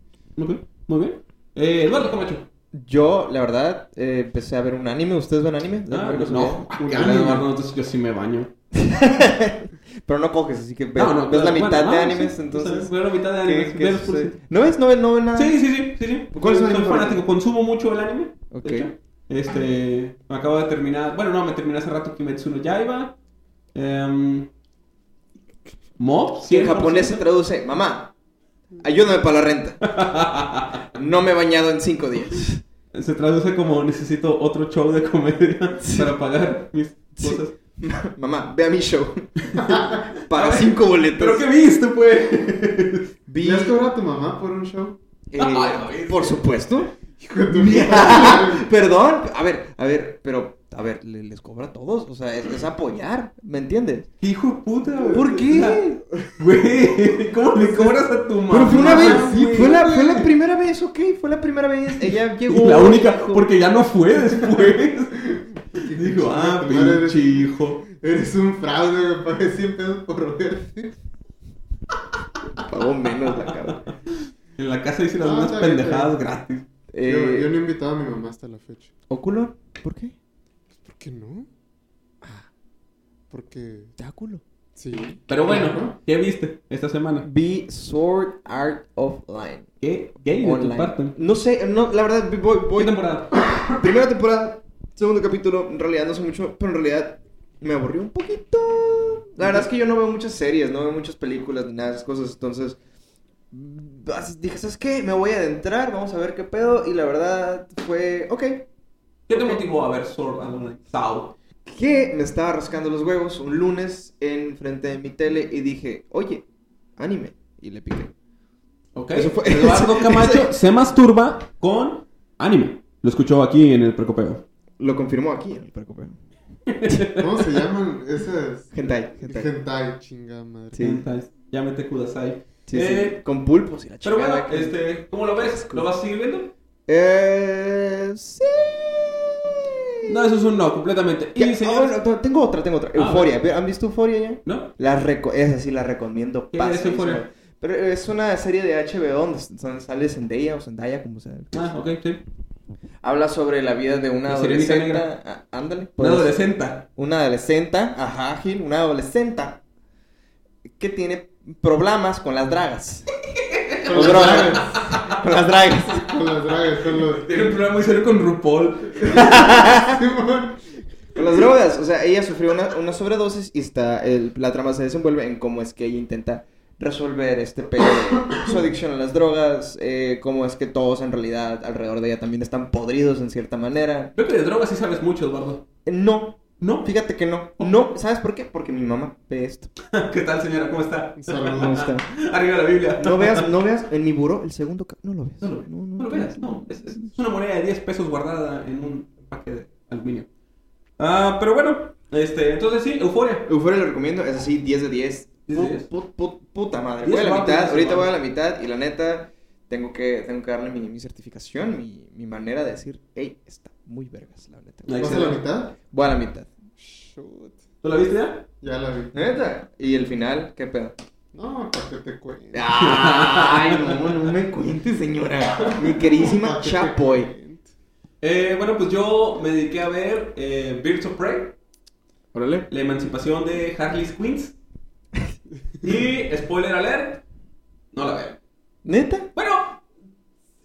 [SPEAKER 1] Ok, muy bien. Eh, Eduardo Camacho.
[SPEAKER 2] Yo, la verdad, eh, empecé a ver un anime. ¿Ustedes ven anime?
[SPEAKER 1] Ah,
[SPEAKER 2] ¿Ven
[SPEAKER 1] no,
[SPEAKER 2] anime?
[SPEAKER 1] ah, que habla Eduardo, entonces yo sí me baño.
[SPEAKER 2] Pero no coges, así que ves,
[SPEAKER 1] no, no,
[SPEAKER 2] ves la
[SPEAKER 1] claro,
[SPEAKER 2] mitad
[SPEAKER 1] bueno,
[SPEAKER 2] de
[SPEAKER 1] ah,
[SPEAKER 2] animes,
[SPEAKER 1] sí, o
[SPEAKER 2] entonces...
[SPEAKER 1] sea, veo la mitad de animes.
[SPEAKER 2] ¿qué- qué
[SPEAKER 1] veo los
[SPEAKER 2] sucede?
[SPEAKER 1] puros-
[SPEAKER 2] ¿No ves? ¿No ves? ¿No ves nada?
[SPEAKER 1] Sí, sí, sí, sí, sí.
[SPEAKER 4] ¿Cuál es tu
[SPEAKER 1] Soy
[SPEAKER 4] anime
[SPEAKER 1] fanático, consumo mucho el anime. de
[SPEAKER 2] Ok.
[SPEAKER 1] hecho. Este, me acabo de terminar, bueno, no, me terminé hace rato Kimetsu no Yaiba. Em, Mob,
[SPEAKER 2] Si en
[SPEAKER 1] 100%.
[SPEAKER 2] japonés se traduce, mamá, ayúdame para la renta.
[SPEAKER 1] (laughs)
[SPEAKER 2] No me he bañado en cinco días. (laughs)
[SPEAKER 1] se traduce como necesito otro show de comedia (laughs) para pagar mis cosas.
[SPEAKER 2] Mamá, ve a mi show. (laughs) para cinco boletos.
[SPEAKER 1] Pero qué viste, pues.
[SPEAKER 2] Vi,
[SPEAKER 4] ¿Ya has cobrado a tu mamá por un show?
[SPEAKER 2] eh,
[SPEAKER 1] (laughs) Ay, a ver.
[SPEAKER 2] por supuesto.
[SPEAKER 4] (laughs)
[SPEAKER 1] (laughs)
[SPEAKER 4] Hijo de tu (laughs) madre.
[SPEAKER 2] Perdón. A ver, a ver, pero, a ver, le- les cobra a todos. O sea, es, es apoyar, ¿me entiendes?
[SPEAKER 1] Hijo de puta, güey.
[SPEAKER 2] ¿Por qué?
[SPEAKER 1] Güey, ¿cómo le cobras a tu mamá?
[SPEAKER 2] Pero fue una vez,
[SPEAKER 4] sí,
[SPEAKER 2] fue, la,
[SPEAKER 4] güey.
[SPEAKER 2] fue la primera vez, ok, fue la primera vez. Ella llegó.
[SPEAKER 1] (laughs) Y la única, porque ya no fue después. (laughs) Dijo, ah,
[SPEAKER 4] Tu madre
[SPEAKER 1] pinche hijo.
[SPEAKER 4] Eres un fraude, me pagué 100 pesos por verte.
[SPEAKER 2] Pagó menos la cabra.
[SPEAKER 1] En la casa dicen
[SPEAKER 4] No,
[SPEAKER 1] algunas
[SPEAKER 4] Ah, está bien,
[SPEAKER 1] pendejadas
[SPEAKER 4] está
[SPEAKER 1] gratis.
[SPEAKER 4] (laughs) Yo,
[SPEAKER 2] Eh,
[SPEAKER 4] yo no he invitado a mi mamá hasta la fecha.
[SPEAKER 2] ¿Oculo? ¿Por qué?
[SPEAKER 4] ¿Por qué no? Porque...
[SPEAKER 2] Te da culo.
[SPEAKER 4] Ah. Sí.
[SPEAKER 1] Pero bueno, ¿qué viste esta semana?
[SPEAKER 2] Vi Sword Art Offline.
[SPEAKER 1] ¿Qué gay de tu parte?
[SPEAKER 2] Online. No sé, no, la verdad, vi- voy,
[SPEAKER 1] ¿Qué
[SPEAKER 2] voy.
[SPEAKER 1] temporada?
[SPEAKER 2] Primera temporada, segundo capítulo, en realidad no sé mucho, pero en realidad me aburrió un poquito. La verdad es que yo no veo muchas series, no veo muchas películas ni nada de esas cosas, entonces mm, así- dije, ¿sabes qué? Me voy a adentrar, vamos a ver qué pedo, y la verdad fue, ok,
[SPEAKER 1] ¿Qué te motivó a ver Sword Art Online? Sao.
[SPEAKER 2] que me estaba rascando los huevos un lunes en frente de mi tele y dije, oye, anime, y le piqué.
[SPEAKER 1] Ok.
[SPEAKER 2] Eso fue- (laughs)
[SPEAKER 1] Eduardo Camacho
[SPEAKER 2] Ese-
[SPEAKER 1] se masturba con anime. Lo escuchó aquí en el precopeo.
[SPEAKER 2] Lo confirmó aquí en el Percopeo.
[SPEAKER 4] ¿Cómo se llaman esas?
[SPEAKER 2] Hentai, hentai.
[SPEAKER 4] Gentai, chingada madre.
[SPEAKER 2] Sí.
[SPEAKER 1] Entonces, Llámate Kudasai.
[SPEAKER 2] Sí,
[SPEAKER 1] Eh,
[SPEAKER 2] sí, con pulpos y la
[SPEAKER 1] Pero bueno,
[SPEAKER 2] chingada que-
[SPEAKER 1] este, ¿cómo lo ves? ¿Lo vas a seguir viendo?
[SPEAKER 2] Eh, sí.
[SPEAKER 1] No, eso es un no, completamente.
[SPEAKER 2] ¿Qué?
[SPEAKER 1] Y
[SPEAKER 2] Ah, bueno,
[SPEAKER 1] señor...
[SPEAKER 2] no, tengo otra, tengo otra.
[SPEAKER 1] Ah,
[SPEAKER 2] Euforia. ¿Han visto Euforia ya?
[SPEAKER 1] ¿No?
[SPEAKER 2] Las reco esa sí la recomiendo.
[SPEAKER 1] ¿Qué
[SPEAKER 2] paso,
[SPEAKER 1] es Euphoria?
[SPEAKER 2] eso. Pero es una serie de HBO donde, s- donde sale Zendaya o Zendaya, como sea.
[SPEAKER 1] Ah, ok, sí.
[SPEAKER 2] Habla sobre la vida de una
[SPEAKER 1] La sirenita
[SPEAKER 2] adolescente.
[SPEAKER 1] negra.
[SPEAKER 2] Ah, ándale.
[SPEAKER 1] Una
[SPEAKER 2] pues.
[SPEAKER 1] adolescente.
[SPEAKER 2] Una adolescente, ajá, Gil, una adolescente que tiene problemas con las (laughs) dragas.
[SPEAKER 4] Con
[SPEAKER 2] O
[SPEAKER 4] las
[SPEAKER 2] drogas.
[SPEAKER 4] dragas.
[SPEAKER 2] (laughs) con las dragas.
[SPEAKER 4] Con las dragas, con
[SPEAKER 1] (laughs)
[SPEAKER 4] los...
[SPEAKER 1] Tiene un problema muy serio con RuPaul.
[SPEAKER 4] Simón.
[SPEAKER 2] Con las drogas, o sea, ella sufrió una, una sobredosis y está, el- la trama se desenvuelve en cómo es que ella intenta resolver este pedo de su adicción a las drogas, eh, cómo es que todos en realidad alrededor de ella también están podridos en cierta manera.
[SPEAKER 1] Creo que de drogas sí sabes mucho, Eduardo. (laughs)
[SPEAKER 2] Eh, No,
[SPEAKER 1] ¿No?
[SPEAKER 2] fíjate que no, no, ¿sabes por qué? Porque mi mamá ve esto.
[SPEAKER 1] ¿Qué tal, señora? ¿Cómo está? (laughs)
[SPEAKER 2] No,
[SPEAKER 4] Saludos.
[SPEAKER 2] está.
[SPEAKER 1] Arriba la Biblia.
[SPEAKER 2] no veas, no veas en mi buró el segundo, ca- no lo veas.
[SPEAKER 1] No lo, no, lo veas, no. Es, es una moneda de 10 pesos guardada en un empaque de aluminio. Ah, pero bueno, este, entonces sí, euforia.
[SPEAKER 2] Euforia lo recomiendo, es así, 10 de 10.
[SPEAKER 1] 10 de 10.
[SPEAKER 2] Pu- pu- puta madre.
[SPEAKER 1] 10
[SPEAKER 2] Voy a la
[SPEAKER 1] vatos,
[SPEAKER 2] mitad,
[SPEAKER 1] 10
[SPEAKER 2] ahorita voy a
[SPEAKER 1] vatos.
[SPEAKER 2] la mitad y la neta, tengo que, tengo que darle mi, mi certificación, mi, mi manera de decir, hey, está muy vergas, la neta.
[SPEAKER 1] Ahí
[SPEAKER 4] ¿Vas a la mitad?
[SPEAKER 2] Voy a la mitad.
[SPEAKER 4] Shoot.
[SPEAKER 1] ¿Tú la viste ya?
[SPEAKER 4] Ya la vi.
[SPEAKER 2] Neta. Y el final, qué pedo.
[SPEAKER 4] No, para que te cuente.
[SPEAKER 2] Ah, (laughs) Ay, no, no me cuentes, señora. Mi queridísima
[SPEAKER 4] Pa' que te
[SPEAKER 2] Chapoy.
[SPEAKER 4] cuente.
[SPEAKER 1] Eh, bueno, pues yo me dediqué a ver eh, Birds of Prey,
[SPEAKER 2] Órale.
[SPEAKER 1] la emancipación de Harley Quinns. Y, spoiler alert, no la vean.
[SPEAKER 2] ¿Neta?
[SPEAKER 1] Bueno,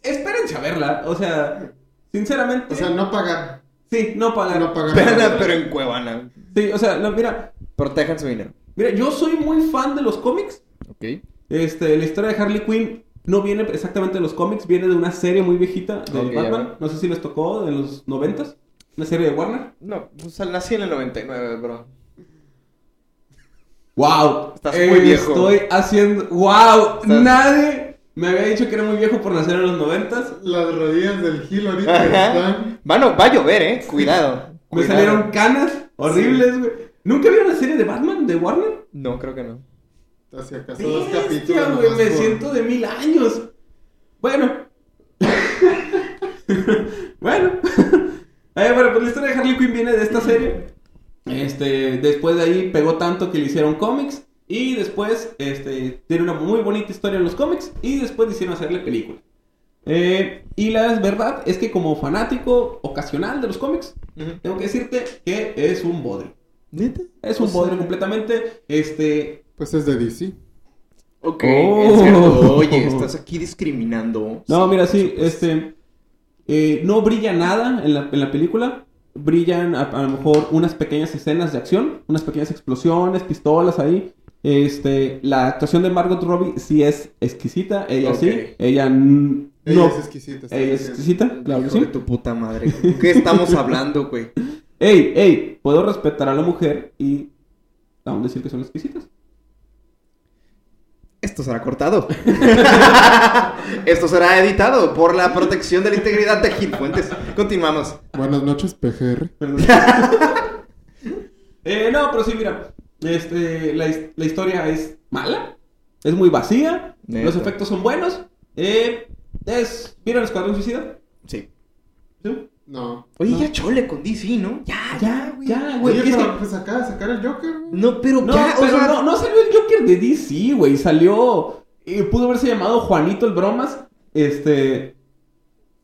[SPEAKER 1] espérense a verla. O sea, sinceramente.
[SPEAKER 4] O sea, no pagar.
[SPEAKER 1] sí, no pagar.
[SPEAKER 4] No pagar.
[SPEAKER 2] Espérala, pero en Cuevana.
[SPEAKER 1] Sí, o sea, no, mira,
[SPEAKER 2] Protejan su dinero.
[SPEAKER 1] mira, yo soy muy fan de los cómics.
[SPEAKER 2] Ok.
[SPEAKER 1] Este, la historia de Harley Quinn no viene exactamente de los cómics, viene de una serie muy viejita de
[SPEAKER 2] Ok, a
[SPEAKER 1] Batman.
[SPEAKER 2] ver.
[SPEAKER 1] No sé si les tocó en los noventas. Una serie de Warner.
[SPEAKER 2] No, pues nací en el 99, bro.
[SPEAKER 1] ¡Wow!
[SPEAKER 2] Estás muy viejo.
[SPEAKER 1] Estoy haciendo. ¡Wow!
[SPEAKER 2] Estás-
[SPEAKER 1] Nadie me había dicho que era muy viejo por nacer en los noventas.
[SPEAKER 4] Las rodillas del Gil ahorita
[SPEAKER 2] Ajá.
[SPEAKER 4] están.
[SPEAKER 2] Mano, va a llover, eh.
[SPEAKER 1] (laughs)
[SPEAKER 2] Cuidado.
[SPEAKER 1] Me
[SPEAKER 2] Cuidado.
[SPEAKER 1] salieron canas horribles, güey. ¿Nunca vieron la serie de Batman de Warner?
[SPEAKER 2] No, creo que no.
[SPEAKER 4] Hacia acaso dos capítulos.
[SPEAKER 1] Bestia, güey,
[SPEAKER 4] nomás
[SPEAKER 1] me
[SPEAKER 4] por-
[SPEAKER 1] siento de mil años. Bueno. (laughs) bueno. (laughs) Eh, bueno, pues la historia de Harley Quinn viene de esta serie. Este, después de ahí pegó tanto que le hicieron cómics. Y después, este, tiene una muy bonita historia en los cómics. Y después hicieron hacerle película. Eh, y la verdad es que como fanático ocasional de los cómics, tengo que decirte que es un bodre.
[SPEAKER 2] ¿Neta?
[SPEAKER 1] Es un bodre completamente, este,
[SPEAKER 4] Pues es de DC.
[SPEAKER 2] Ok,
[SPEAKER 1] Oh.
[SPEAKER 2] es cierto. Oye, estás aquí discriminando.
[SPEAKER 1] No, mira,
[SPEAKER 2] por
[SPEAKER 1] sí,
[SPEAKER 2] supuesto.
[SPEAKER 1] este. eh, no brilla nada en la, en la película. Brillan a, a lo mejor unas pequeñas escenas de acción, unas pequeñas explosiones, pistolas ahí. Este, la actuación de Margot Robbie sí es exquisita, ella
[SPEAKER 2] Ok.
[SPEAKER 1] sí, ella n-
[SPEAKER 4] Ella
[SPEAKER 1] no,
[SPEAKER 4] es exquisita. está
[SPEAKER 1] ella es
[SPEAKER 4] diciendo.
[SPEAKER 1] exquisita, claro que
[SPEAKER 2] Hijo de
[SPEAKER 1] sí.
[SPEAKER 2] tu puta madre. ¿Con ¿Qué estamos hablando, güey?
[SPEAKER 1] Ey, ey, puedo respetar a la mujer y aún decir que son exquisitas.
[SPEAKER 2] Esto será cortado.
[SPEAKER 1] (laughs)
[SPEAKER 2] Esto será editado por la protección de la integridad de Gil Fuentes. Continuamos.
[SPEAKER 4] Buenas noches, PGR.
[SPEAKER 1] Perdón. Eh, no, pero sí, mira. Este, la, his- la historia es mala. Es muy vacía.
[SPEAKER 2] Neta.
[SPEAKER 1] Los efectos son buenos. Eh, es. ¿Vieron Escuadrón Suicida?
[SPEAKER 2] Sí.
[SPEAKER 1] ¿Sí?
[SPEAKER 4] No.
[SPEAKER 2] Oye,
[SPEAKER 4] No.
[SPEAKER 2] ya chole con DC, ¿no? Ya, Ah, ya, güey.
[SPEAKER 1] Ya, güey.
[SPEAKER 4] Oye,
[SPEAKER 1] es
[SPEAKER 4] pero
[SPEAKER 1] que-
[SPEAKER 4] pues acaba de sacar el Joker, güey.
[SPEAKER 2] No, pero
[SPEAKER 1] No,
[SPEAKER 2] ya, o
[SPEAKER 1] pero
[SPEAKER 2] sea,
[SPEAKER 1] no, no salió el Joker de DC, güey. Salió. eh, pudo haberse llamado Juanito el Bromas. Este.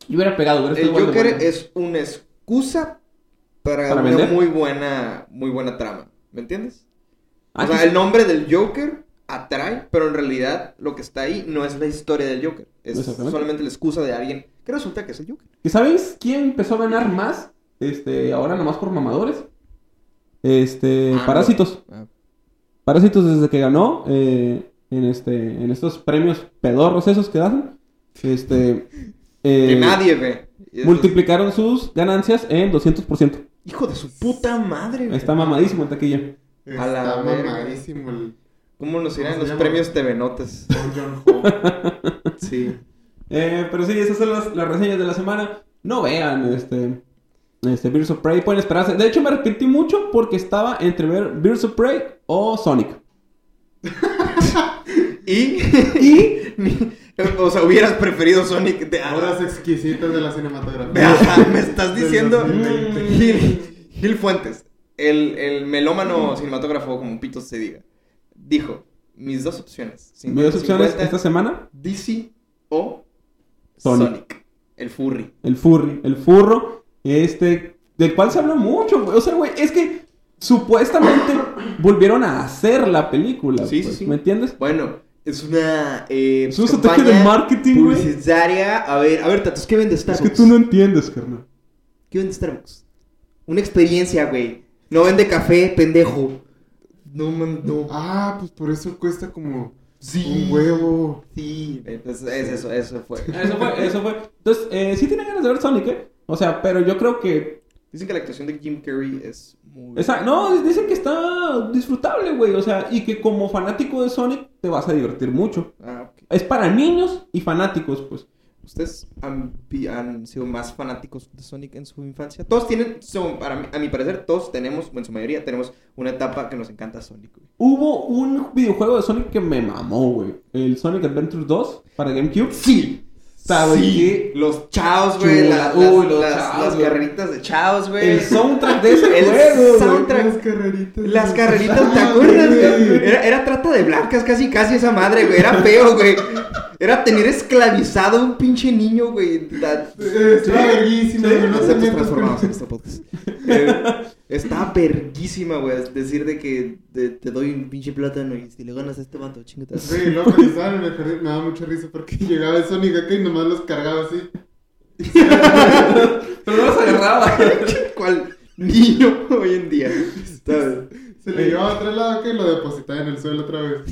[SPEAKER 1] Yo hubiera pegado, hubiera
[SPEAKER 2] El
[SPEAKER 1] estado igual de
[SPEAKER 2] Eh, Joker
[SPEAKER 1] bueno.
[SPEAKER 2] es una excusa para,
[SPEAKER 1] ¿Para
[SPEAKER 2] una
[SPEAKER 1] vender?
[SPEAKER 2] muy buena, muy buena trama. ¿Me entiendes?
[SPEAKER 1] Ah,
[SPEAKER 2] o sea,
[SPEAKER 1] sí, sí.
[SPEAKER 2] el nombre del Joker atrae, pero en realidad lo que está ahí no es la historia del Joker. Es
[SPEAKER 1] Exactamente.
[SPEAKER 2] solamente la excusa de alguien que resulta que es el Joker.
[SPEAKER 1] ¿Y sabéis quién empezó a ganar más? Este, ahora nomás por mamadores. Este,
[SPEAKER 2] Ah,
[SPEAKER 1] Parásitos.
[SPEAKER 2] Ah.
[SPEAKER 1] Parásitos desde que ganó eh, en este en estos premios pedorros esos que dan. Este, eh,
[SPEAKER 2] que nadie ve. Y eso
[SPEAKER 1] multiplicaron sus ganancias en 200%.
[SPEAKER 2] es- Hijo de su puta madre. güey.
[SPEAKER 1] Está mamadísimo en taquilla.
[SPEAKER 2] A la
[SPEAKER 4] Está
[SPEAKER 2] verga.
[SPEAKER 4] mamadísimo el
[SPEAKER 2] ¿Cómo nos irán
[SPEAKER 4] ¿Cómo
[SPEAKER 2] los
[SPEAKER 4] se llama?
[SPEAKER 2] premios
[SPEAKER 1] (laughs)
[SPEAKER 2] TV Notas?
[SPEAKER 4] Paul John
[SPEAKER 2] (laughs)
[SPEAKER 4] Ho.
[SPEAKER 2] sí.
[SPEAKER 1] Eh, pero sí, esas son las, las reseñas de la semana. No vean este este Birds of Prey, pueden esperarse. De hecho, me arrepentí mucho porque estaba entre ver Birds of Prey o Sonic.
[SPEAKER 2] Y. (laughs) Y. (laughs) o sea, hubieras preferido Sonic de
[SPEAKER 4] Horas exquisitas de la cinematografía.
[SPEAKER 2] Ajá, (laughs) me estás
[SPEAKER 4] Del
[SPEAKER 2] diciendo
[SPEAKER 4] 2020.
[SPEAKER 2] Gil, Gil Fuentes, el, el melómano cinematógrafo, como pito se diga, dijo, mis dos opciones.
[SPEAKER 1] Me dio opciones
[SPEAKER 2] 50-50,
[SPEAKER 1] esta semana.
[SPEAKER 2] DC o
[SPEAKER 1] Sonic.
[SPEAKER 2] Sonic. el furry.
[SPEAKER 1] El furry, el furro, este, del cual se habla mucho, güey. O sea, güey, es que supuestamente volvieron a hacer la película.
[SPEAKER 2] Sí, sí,
[SPEAKER 1] pues,
[SPEAKER 2] sí.
[SPEAKER 1] ¿Me entiendes?
[SPEAKER 2] Bueno, es una... eh,
[SPEAKER 1] Es un
[SPEAKER 2] campaña
[SPEAKER 1] estrategia de marketing, güey.
[SPEAKER 2] Publicitaria. A ver, a ver, Tatos, ¿qué vende
[SPEAKER 1] Es
[SPEAKER 2] Starbucks?
[SPEAKER 1] que tú no entiendes, carnal.
[SPEAKER 2] ¿Qué vende Starbucks? Una experiencia, güey. No vende café, pendejo. No, man, no.
[SPEAKER 4] Ah, pues por eso cuesta como
[SPEAKER 2] Sí.
[SPEAKER 4] un huevo.
[SPEAKER 2] Sí, entonces es eso, eso (laughs) fue.
[SPEAKER 1] Eso fue, eso fue. Entonces, eh, sí tienen ganas de ver Sonic, ¿eh? O sea, pero yo creo que...
[SPEAKER 2] Dicen que la actuación de Jim Carrey es muy...
[SPEAKER 1] esa- no, dicen que está disfrutable, güey. O sea, y que como fanático de Sonic te vas a divertir mucho.
[SPEAKER 2] Ah, ok.
[SPEAKER 1] Es para niños y fanáticos, pues.
[SPEAKER 2] ¿Ustedes han, vi- han sido más fanáticos de Sonic en su infancia? Todos tienen, son, para mí- a mi parecer, todos tenemos, o en su mayoría, tenemos una etapa que nos encanta Sonic. güey.
[SPEAKER 1] Hubo un videojuego de Sonic que me mamó, güey. El Sonic Adventure 2 para GameCube.
[SPEAKER 2] Sí.
[SPEAKER 1] ¿Saben
[SPEAKER 2] sí.
[SPEAKER 1] qué?
[SPEAKER 2] Los chaos, güey.
[SPEAKER 1] Chula.
[SPEAKER 2] la- las,
[SPEAKER 1] Uy, los
[SPEAKER 2] las-
[SPEAKER 1] chaos,
[SPEAKER 2] las
[SPEAKER 1] güey.
[SPEAKER 2] carreritas de chaos, güey.
[SPEAKER 1] Pues, El soundtrack (laughs) de ese
[SPEAKER 2] El
[SPEAKER 1] juego, güey.
[SPEAKER 2] soundtrack.
[SPEAKER 4] Las carreritas.
[SPEAKER 2] Las
[SPEAKER 4] de-
[SPEAKER 2] carreritas, ¿te
[SPEAKER 4] Ah,
[SPEAKER 2] acuerdas,
[SPEAKER 4] güey?
[SPEAKER 2] güey? Era, era trata de blancas, casi, casi esa madre, güey. Era feo, güey. Era tener esclavizado a un pinche niño, güey. Da-
[SPEAKER 4] Eh, Está
[SPEAKER 1] Sí.
[SPEAKER 4] verguísima.
[SPEAKER 1] Sí.
[SPEAKER 4] güey, No se
[SPEAKER 2] Conceptos
[SPEAKER 4] metas
[SPEAKER 2] transformados en
[SPEAKER 1] (laughs)
[SPEAKER 4] con
[SPEAKER 2] este podcast. Eh, está verguísima, güey. es Decir de que te, te doy un pinche plátano y si le ganas a este vato, chingate.
[SPEAKER 4] Sí, luego cuando estaba en el jardín me daba mucha risa porque (laughs) llegaba el Sonic acá y nomás los cargaba así.
[SPEAKER 1] Pero no los agarraba. (laughs)
[SPEAKER 2] (laughs) ¿Cuál niño hoy en día? ¿Sabes?
[SPEAKER 4] Se le llevaba a otro lado acá y lo depositaba en el suelo otra vez.
[SPEAKER 2] (laughs)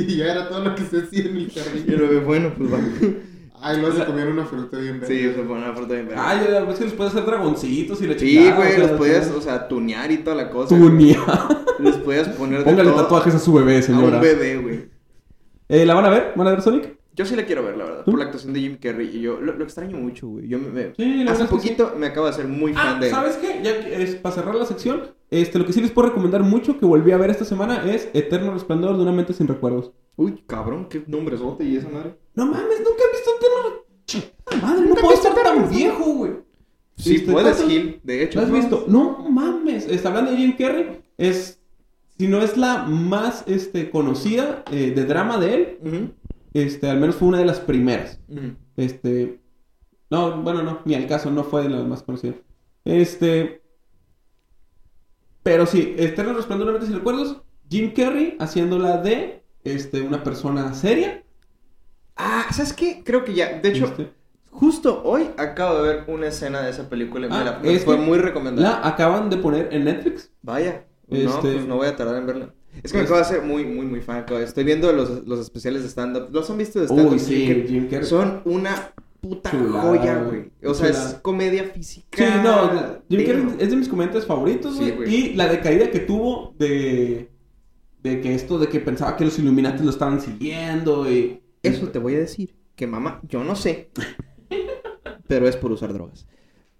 [SPEAKER 4] Y ya era todo lo que se hacía en el jardín.
[SPEAKER 2] Pero bueno, pues va.
[SPEAKER 4] Ay, luego se comían una fruta bien verde.
[SPEAKER 2] Sí, o sea, fue una fruta bien verga.
[SPEAKER 1] Ay, a veces los puedes hacer dragoncitos y la
[SPEAKER 2] Sí,
[SPEAKER 1] chingada. o
[SPEAKER 2] güey,
[SPEAKER 1] sea,
[SPEAKER 2] los podías, o sea, tunear y toda la cosa.
[SPEAKER 1] Tunea.
[SPEAKER 2] Les podías poner de
[SPEAKER 1] Póngale
[SPEAKER 2] todo
[SPEAKER 1] tatuajes a su bebé,
[SPEAKER 2] a un
[SPEAKER 1] señora.
[SPEAKER 2] bebé, güey.
[SPEAKER 1] Eh, ¿La van a ver? ¿Van a ver Sonic?
[SPEAKER 2] Yo sí la quiero ver, la verdad,
[SPEAKER 1] ¿Tú?
[SPEAKER 2] por la actuación de Jim Carrey. Y yo lo, lo extraño mucho, güey. Yo me, me-
[SPEAKER 1] Sí, la verdad
[SPEAKER 2] hace
[SPEAKER 1] es que
[SPEAKER 2] poquito me acabo de hacer muy
[SPEAKER 1] Ah,
[SPEAKER 2] fan de él.
[SPEAKER 1] ¿sabes qué? Ya que es para cerrar la sección, este, lo que sí les puedo recomendar mucho que volví a ver esta semana es Eterno Resplandor de una mente sin recuerdos.
[SPEAKER 2] Uy, cabrón, qué nombrezote y esa madre.
[SPEAKER 1] No mames, nunca he visto Eterno. Chingada madre, no puedo estar tan viejo, güey.
[SPEAKER 2] Sí,
[SPEAKER 1] Este,
[SPEAKER 2] puedes,
[SPEAKER 1] ¿cuántos-
[SPEAKER 2] Gil, de hecho.
[SPEAKER 1] ¿La has
[SPEAKER 2] ¿no?
[SPEAKER 1] visto? No mames. Está hablando de Jim Carrey. Es, si no es la más este, conocida eh, de drama de él,
[SPEAKER 2] Ujú,
[SPEAKER 1] este, al menos fue una de las primeras.
[SPEAKER 2] ujú.
[SPEAKER 1] Este. No, bueno, no, ni al caso, no fue de las más conocidas. Este. Pero sí, este, Eterno Resplandor de una mente sin recuerdos. Jim Carrey haciéndola de este, una persona seria.
[SPEAKER 2] Ah, ¿sabes qué? Creo que ya. De hecho,
[SPEAKER 1] Este,
[SPEAKER 2] justo hoy acabo de ver una escena de esa película y me
[SPEAKER 1] Ah,
[SPEAKER 2] la-
[SPEAKER 1] es
[SPEAKER 2] fue
[SPEAKER 1] que-
[SPEAKER 2] muy recomendada.
[SPEAKER 1] la acaban de poner en Netflix.
[SPEAKER 2] Vaya. No,
[SPEAKER 1] Este-
[SPEAKER 2] pues no voy a tardar en verla. Es que me
[SPEAKER 1] Es-
[SPEAKER 2] acabo de hacer muy, muy, muy fan. acabo de- Estoy viendo los, los especiales de stand-up. ¿Los han visto de stand-up?
[SPEAKER 1] Uy, sí,
[SPEAKER 2] Que
[SPEAKER 1] Jim Carrey.
[SPEAKER 2] Son una puta
[SPEAKER 1] Chulada,
[SPEAKER 2] joya, güey. O sea,
[SPEAKER 1] chulada.
[SPEAKER 2] es comedia física.
[SPEAKER 1] Sí, no, Jim Carrey
[SPEAKER 2] Damn.
[SPEAKER 1] es de mis comediantes favoritos,
[SPEAKER 2] Sí,
[SPEAKER 1] güey.
[SPEAKER 2] güey.
[SPEAKER 1] y la decaída que tuvo de, de que esto, de que pensaba que los Illuminati lo estaban siguiendo y...
[SPEAKER 2] Eso te voy a decir. Que mamá, yo no sé. pero es por usar drogas.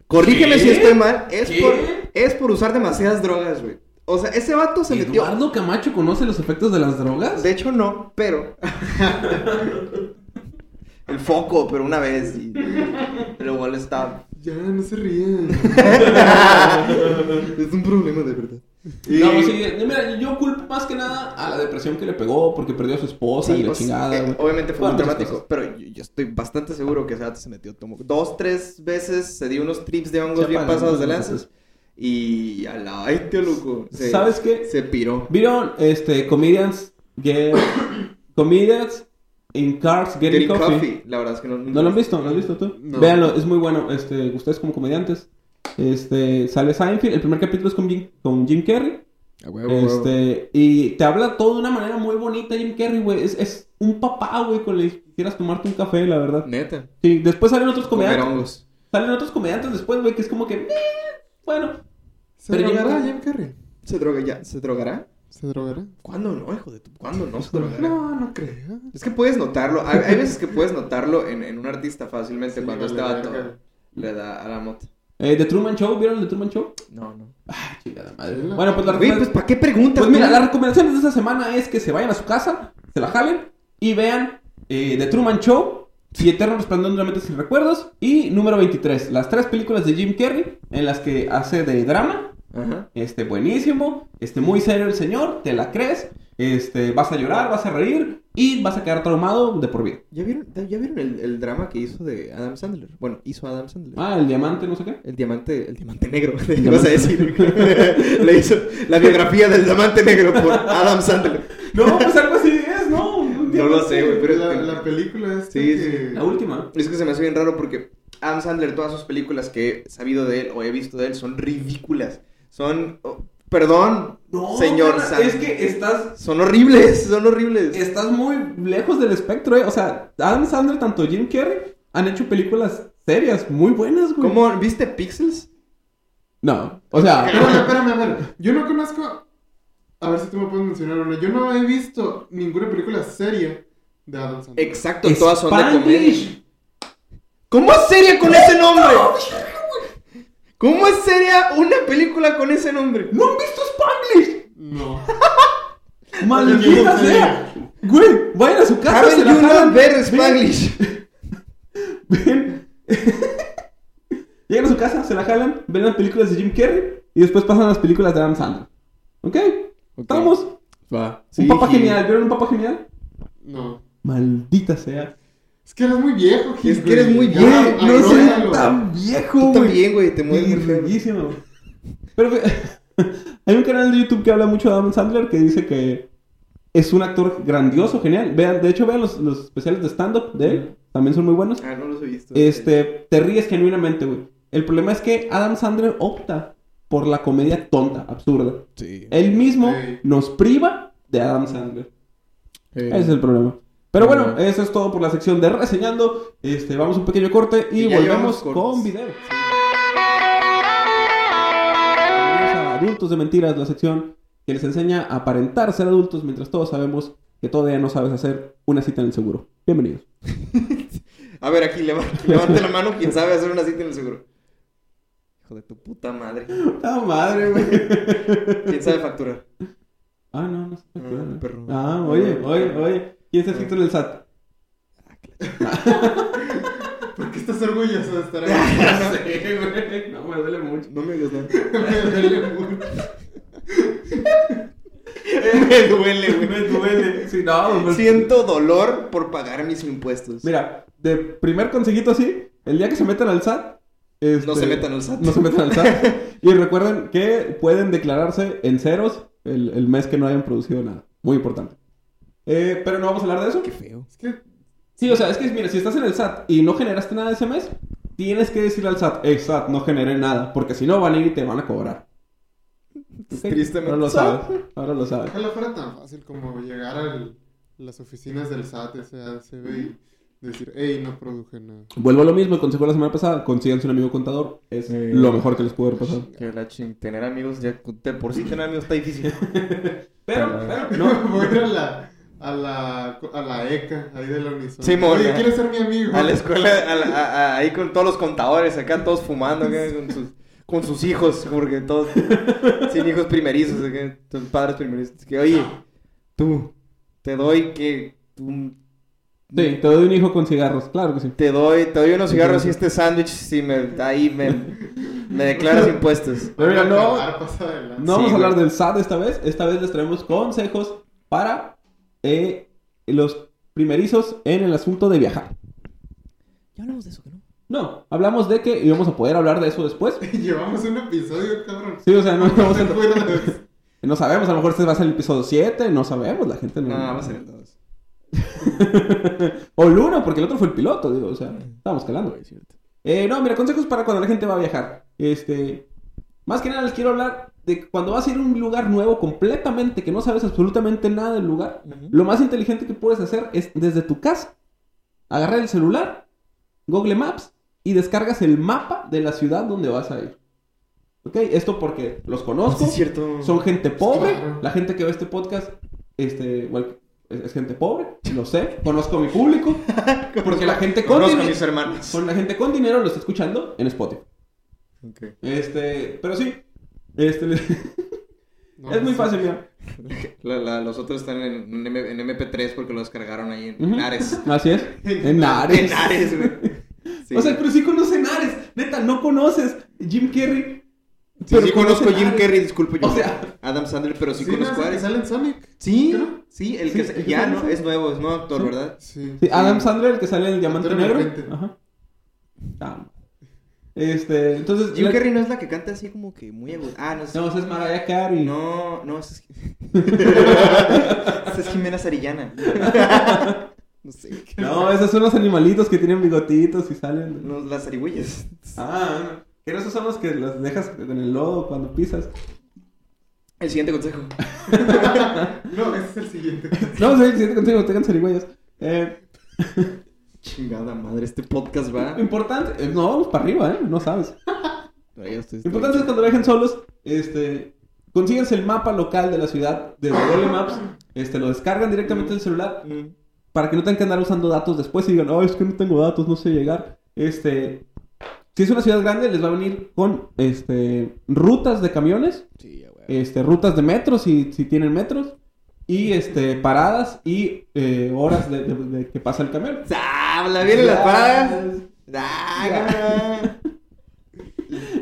[SPEAKER 2] Corrígeme
[SPEAKER 1] ¿Qué?
[SPEAKER 2] si estoy mal. Es,
[SPEAKER 1] ¿Qué?
[SPEAKER 2] por, es por usar demasiadas drogas, güey. O sea, ese vato se metió.
[SPEAKER 1] ¿Eduardo Camacho conoce los efectos de las drogas?
[SPEAKER 2] De hecho, no, pero. El foco, pero una vez. Y... Pero igual está.
[SPEAKER 4] Ya, no
[SPEAKER 2] (laughs)
[SPEAKER 4] se ríen.
[SPEAKER 2] Es un problema de verdad. pues
[SPEAKER 1] No, pues
[SPEAKER 2] Y-
[SPEAKER 1] sí, eh, mira, yo culpo más que nada a la depresión que le pegó porque perdió a su esposa y
[SPEAKER 2] Sí,
[SPEAKER 1] la
[SPEAKER 2] o sea,
[SPEAKER 1] chingada,
[SPEAKER 2] eh,
[SPEAKER 1] güey.
[SPEAKER 2] obviamente fue
[SPEAKER 1] Bueno,
[SPEAKER 2] muy
[SPEAKER 1] muchas
[SPEAKER 2] dramático,
[SPEAKER 1] cosas.
[SPEAKER 2] pero yo, yo estoy bastante seguro que ese vato se metió como dos, tres veces, se dio unos trips de hongos
[SPEAKER 1] Se
[SPEAKER 2] bien
[SPEAKER 1] apagó,
[SPEAKER 2] pasados de
[SPEAKER 1] entonces.
[SPEAKER 2] lanzas y a la ay, tío loco. Se,
[SPEAKER 1] ¿Sabes qué?
[SPEAKER 2] Se piró.
[SPEAKER 1] ¿Vieron, este, comedians get... (coughs) comedians in cars getting,
[SPEAKER 2] Getting coffee.
[SPEAKER 1] coffee?
[SPEAKER 2] la verdad es que no,
[SPEAKER 1] ¿No lo han visto? ¿Lo has visto tú?
[SPEAKER 4] No.
[SPEAKER 1] Véanlo, es muy bueno. Este, ustedes como comediantes. Este, sale Seinfeld. El primer capítulo es con Jim, con Jim Carrey.
[SPEAKER 2] A Ah, huevo, a huevo.
[SPEAKER 1] Este, y te habla todo de una manera muy bonita Jim Carrey, güey. Es, es un papá, güey, con el que quieras tomarte un café, la verdad.
[SPEAKER 2] Neta.
[SPEAKER 1] Sí, después salen otros
[SPEAKER 2] Comer
[SPEAKER 1] comediantes.
[SPEAKER 2] hongos.
[SPEAKER 1] Salen otros comediantes después, güey, que es como que... "Eh, bueno,
[SPEAKER 4] ¿Se
[SPEAKER 1] Pero Jim
[SPEAKER 4] drogará
[SPEAKER 1] Carrey-
[SPEAKER 4] Jim Carrey?
[SPEAKER 2] ¿Se droga ya? ¿Se drogará?
[SPEAKER 4] ¿Se drogará?
[SPEAKER 2] ¿Cuándo no, hijo de tu? ¿Cuándo no se drogará?
[SPEAKER 4] No, no creo.
[SPEAKER 2] Es que puedes notarlo. Hay, hay veces que puedes notarlo en, en un artista fácilmente
[SPEAKER 4] Sí,
[SPEAKER 2] cuando
[SPEAKER 4] vale,
[SPEAKER 2] este vato
[SPEAKER 4] verga.
[SPEAKER 2] le da a la mota.
[SPEAKER 1] eh, The Truman Show, ¿vieron The Truman Show?
[SPEAKER 2] No, no.
[SPEAKER 1] Ah, chingada madre.
[SPEAKER 4] Sí, la-
[SPEAKER 1] Bueno, pues la
[SPEAKER 2] Güey, pues ¿para qué preguntas?
[SPEAKER 1] Pues mira,
[SPEAKER 2] tú?
[SPEAKER 1] las recomendaciones de esta semana es que se vayan a su casa, se la jalen y vean eh, The Truman Show, Si Eterno Resplandor de una mente sin recuerdos y número 23, las tres películas de Jim Carrey en las que hace de drama.
[SPEAKER 2] Ajá.
[SPEAKER 1] Este, buenísimo, este, muy serio el señor, te la crees, este, vas a llorar, vas a reír y vas a quedar traumado de por vida.
[SPEAKER 2] ¿Ya vieron, ya vieron el, el drama que hizo de Adam Sandler? Bueno, hizo Adam Sandler.
[SPEAKER 1] Ah, el diamante, no sé qué.
[SPEAKER 2] El diamante, el diamante negro, (laughs) ¿qué
[SPEAKER 1] diamante
[SPEAKER 2] vas a decir? (laughs) Le hizo la biografía del diamante negro por Adam Sandler.
[SPEAKER 1] No, pues algo así es, ¿no? Un
[SPEAKER 2] No lo
[SPEAKER 1] diamante.
[SPEAKER 2] sé, güey, pero
[SPEAKER 4] la, la película esta
[SPEAKER 2] Sí, sí.
[SPEAKER 4] que...
[SPEAKER 1] La última.
[SPEAKER 2] es que se me hace bien raro porque Adam Sandler, todas sus películas que he sabido de él o he visto de él son ridículas. Son, oh, perdón,
[SPEAKER 1] No,
[SPEAKER 2] señor
[SPEAKER 1] carnal,
[SPEAKER 2] Sandler.
[SPEAKER 1] es que estás
[SPEAKER 2] Son horribles, son horribles.
[SPEAKER 1] Estás muy lejos del espectro, eh. O sea, Adam Sandler, tanto Jim Carrey, han hecho películas serias, muy buenas, güey.
[SPEAKER 2] ¿Cómo? ¿Viste Pixels?
[SPEAKER 1] No, o sea,
[SPEAKER 4] Espérame, Ah, espérame, a ver. Yo no conozco. A ver si tú me puedes mencionar una. Yo no he visto ninguna película seria de Adam Sandler.
[SPEAKER 2] Exacto, todas son de comedia.
[SPEAKER 1] Spanish.
[SPEAKER 2] ¿Cómo es seria con ese nombre? ¿Cómo es seria una película con ese nombre?
[SPEAKER 1] ¿No han visto
[SPEAKER 2] (laughs)
[SPEAKER 1] Spanglish?
[SPEAKER 4] No.
[SPEAKER 1] ¡Maldita
[SPEAKER 4] Oye,
[SPEAKER 1] sea! Güey, vayan a su casa,
[SPEAKER 2] Haven't
[SPEAKER 1] se la
[SPEAKER 2] you not
[SPEAKER 1] jalan.
[SPEAKER 2] ver Spanglish?
[SPEAKER 1] Ven. (laughs) Llegan a su casa, se la jalan, ven las películas de Jim Carrey y después pasan las películas de Adam Sandler. ¿Ok? ¿Estamos?
[SPEAKER 2] Va.
[SPEAKER 1] un papá genial, ¿vieron un papá genial?
[SPEAKER 4] No.
[SPEAKER 1] Maldita sea.
[SPEAKER 4] Es que eres muy viejo, Gil,
[SPEAKER 2] Es que eres
[SPEAKER 4] güey.
[SPEAKER 2] muy
[SPEAKER 4] Ya,
[SPEAKER 2] viejo,
[SPEAKER 1] Güey, no soy
[SPEAKER 4] arrógalo.
[SPEAKER 1] tan viejo,
[SPEAKER 2] Tú
[SPEAKER 1] güey.
[SPEAKER 2] también, güey, te mueves muy feo.
[SPEAKER 1] Verguísima, güey. Pero güey, (laughs) hay un canal de YouTube que habla mucho de Adam Sandler que dice que es un actor grandioso, genial. Vean, de hecho, vean los, los especiales de stand-up de él, también son muy buenos.
[SPEAKER 2] Ah, no los he visto.
[SPEAKER 1] Este, te ríes genuinamente, güey. El problema es que Adam Sandler opta por la comedia tonta, absurda.
[SPEAKER 5] Sí.
[SPEAKER 1] Él mismo
[SPEAKER 4] Sí.
[SPEAKER 1] nos priva de Adam Sandler.
[SPEAKER 5] Eh,
[SPEAKER 1] Ese es el problema. Pero bueno,
[SPEAKER 5] Bueno.
[SPEAKER 1] eso es todo por la sección de reseñando. Este, vamos a un pequeño corte y,
[SPEAKER 2] Y ya
[SPEAKER 1] volvemos
[SPEAKER 2] llevamos cortes.
[SPEAKER 1] con video. Bienvenidos a Adultos de mentiras, la sección que les enseña a aparentar ser adultos mientras todos sabemos que todavía no sabes hacer una cita en el seguro. Bienvenidos.
[SPEAKER 2] A ver, aquí (laughs) leva- levante la mano quien sabe hacer una cita en el seguro. Hijo de tu puta madre.
[SPEAKER 1] ¡Ah, madre, güey!
[SPEAKER 2] ¿Quién sabe facturar?
[SPEAKER 1] Ah, no, no sé.
[SPEAKER 2] Ah,
[SPEAKER 1] Ah,
[SPEAKER 2] perro.
[SPEAKER 1] ah oye, oye, oye. ¿Quién se escrito en el (laughs) SAT?
[SPEAKER 4] ¿Por qué estás orgulloso
[SPEAKER 2] (laughs)
[SPEAKER 4] de estar aquí?
[SPEAKER 1] No, me duele mucho.
[SPEAKER 2] No me hagas nada.
[SPEAKER 4] Me duele mucho.
[SPEAKER 2] (laughs) me duele, güey.
[SPEAKER 1] Me duele. Sí, no, pues-
[SPEAKER 2] (laughs) Siento dolor por pagar mis impuestos.
[SPEAKER 1] Mira, de primer consejito así, el día que se metan al SAT... este,
[SPEAKER 2] No se metan al SAT.
[SPEAKER 1] No se metan al SAT.
[SPEAKER 2] (laughs)
[SPEAKER 1] y recuerden que pueden declararse en ceros el, el mes que no hayan producido nada. Muy importante. Eh, pero no vamos a hablar de eso.
[SPEAKER 5] Qué feo.
[SPEAKER 4] Es que
[SPEAKER 1] Sí, o sea, es que mira, si estás en el SAT y no generaste nada ese mes, tienes que decirle al SAT, hey SAT, no generé nada, porque si no van a ir y te van a cobrar. Ok,
[SPEAKER 2] Tristemente.
[SPEAKER 1] Ahora lo sabes, ahora lo sabes.
[SPEAKER 4] ojalá fuera tan fácil como llegar a las oficinas del SAT, SADCB y decir, hey, no produje nada.
[SPEAKER 1] Vuelvo a lo mismo, el consejo de la semana pasada, consíganse un amigo contador, es
[SPEAKER 2] Sí.
[SPEAKER 1] lo mejor que les pudo haber pasado.
[SPEAKER 2] Que la ching, tener amigos, ya de por sí tener amigos está (laughs) difícil.
[SPEAKER 1] Pero, pero,
[SPEAKER 4] No,
[SPEAKER 1] no,
[SPEAKER 4] (laughs) voy a ir a la, a la, a la ECA, ahí de la Unison.
[SPEAKER 2] Simón.
[SPEAKER 4] Oye, ¿quieres ser mi amigo?
[SPEAKER 2] A la escuela, a la- a- a- ahí con todos los contadores, acá todos fumando, acá, con, sus, con sus hijos, porque todos sin hijos primerizos, acá, tus padres primerizos. Que, oye, tú, te doy que. tú-
[SPEAKER 1] sí, te doy un hijo con cigarros, claro que sí.
[SPEAKER 2] te doy, te doy unos cigarros y este sándwich si me, ahí me, me declaras impuestos.
[SPEAKER 1] Pero mira, no-
[SPEAKER 4] Acabar, pasa adelante.
[SPEAKER 1] No vamos
[SPEAKER 2] Sí,
[SPEAKER 1] a hablar
[SPEAKER 2] güey.
[SPEAKER 1] del SAT esta vez. Esta vez les traemos consejos para eh, los primerizos en el asunto de viajar.
[SPEAKER 3] Ya hablamos de eso, que no?
[SPEAKER 1] No, hablamos de que íbamos a poder hablar de eso después.
[SPEAKER 4] (laughs) Llevamos un episodio, cabrón.
[SPEAKER 1] Sí, o sea, no, (laughs)
[SPEAKER 4] No
[SPEAKER 1] vamos
[SPEAKER 4] te
[SPEAKER 1] a-
[SPEAKER 4] acuerdas.
[SPEAKER 1] no sabemos. A lo mejor este va a ser el episodio 7. No sabemos, la gente no.
[SPEAKER 2] No, vamos a ver todos.
[SPEAKER 1] (laughs) o el 1, porque el otro fue el piloto, digo. O sea, estábamos calando. Eh, no, mira, consejos para cuando la gente va a viajar. Este, más que nada les quiero hablar de que cuando vas a ir a un lugar nuevo completamente, que no sabes absolutamente nada del lugar, lo más inteligente que puedes hacer es desde tu casa, agarrar el celular, Google Maps, y descargas el mapa de la ciudad donde vas a ir. ¿Ok? Esto porque los conozco,
[SPEAKER 2] es cierto.
[SPEAKER 1] son gente pobre,
[SPEAKER 4] claro.
[SPEAKER 1] la gente que ve este podcast, este, bueno, es, es gente pobre, lo sé, conozco a mi
[SPEAKER 2] (laughs)
[SPEAKER 1] público, porque la gente con
[SPEAKER 2] Conozco a
[SPEAKER 1] dinero-
[SPEAKER 2] mis hermanos.
[SPEAKER 1] con la gente con dinero lo está escuchando en Spotify.
[SPEAKER 2] Ok.
[SPEAKER 1] Este, pero sí. Este, (laughs) le-
[SPEAKER 4] No, pues,
[SPEAKER 1] es muy
[SPEAKER 4] sí.
[SPEAKER 1] fácil, mira.
[SPEAKER 2] La- la- los otros están en, en M- en MP3 porque los cargaron ahí en,
[SPEAKER 1] Ujú.
[SPEAKER 2] en Ares.
[SPEAKER 1] Así
[SPEAKER 2] (laughs)
[SPEAKER 1] es. En Ares.
[SPEAKER 2] En Ares, güey. Sí. (laughs)
[SPEAKER 1] O sea, pero sí conocen Ares. Neta, no conoces Jim Carrey.
[SPEAKER 2] Sí, sí conozco a Jim Carrey, disculpe, yo.
[SPEAKER 1] O sea-
[SPEAKER 2] Adam Sandler, pero sí,
[SPEAKER 4] Sí, no,
[SPEAKER 2] conozco a
[SPEAKER 4] es el que
[SPEAKER 2] Ares.
[SPEAKER 4] sale en Sonic.
[SPEAKER 2] Sí,
[SPEAKER 4] ¿no?
[SPEAKER 2] sí, el
[SPEAKER 1] Sí,
[SPEAKER 2] que
[SPEAKER 1] el que
[SPEAKER 2] ya
[SPEAKER 1] sale
[SPEAKER 2] no,
[SPEAKER 1] en-
[SPEAKER 2] es nuevo, es nuevo actor, ¿verdad?
[SPEAKER 4] Sí.
[SPEAKER 1] Sí, Adam Sandler, el que sale en el Diamante
[SPEAKER 4] Actor
[SPEAKER 1] Negro.
[SPEAKER 4] emergente.
[SPEAKER 1] Ajá. Ah, este, entonces.
[SPEAKER 2] Jim
[SPEAKER 1] la-
[SPEAKER 2] Carrey no es la que canta así como que muy aguda. Ah, no, es-
[SPEAKER 1] No, esa es Mariah Carey.
[SPEAKER 2] no, no, esa
[SPEAKER 1] (laughs)
[SPEAKER 2] es... esa es Jimena Sarillana.
[SPEAKER 3] No sé.
[SPEAKER 1] No, esos son los animalitos que tienen bigotitos y salen.
[SPEAKER 2] No, las zarigüeyas.
[SPEAKER 1] Ah, pero esos son los que los dejas en el lodo cuando pisas.
[SPEAKER 2] El siguiente consejo.
[SPEAKER 4] (laughs) No, ese es el siguiente.
[SPEAKER 1] No, sí, el siguiente consejo, tengan serigüeyas. Eh.
[SPEAKER 2] Chingada madre, este podcast va.
[SPEAKER 1] Lo importante, eh, no vamos para arriba, ¿eh? No sabes.
[SPEAKER 5] Ahí estoy-
[SPEAKER 1] Lo
[SPEAKER 2] Mm.
[SPEAKER 1] importante es cuando viajen solos, este, consíguense el mapa local de la ciudad de Google Maps, este, lo descargan directamente del celular
[SPEAKER 2] Mm.
[SPEAKER 1] para que no tengan que andar usando datos después y digan, oh, es que no tengo datos, no sé llegar. Este, si es una ciudad grande, les va a venir con, este, rutas de camiones,
[SPEAKER 5] Sí, ya, güey.
[SPEAKER 1] este, rutas de metros si, si tienen metros. Y este, paradas y eh, horas de, de- de que pasa el camión.
[SPEAKER 2] ¡Habla! ¡Vienen las paradas! ¡Ah!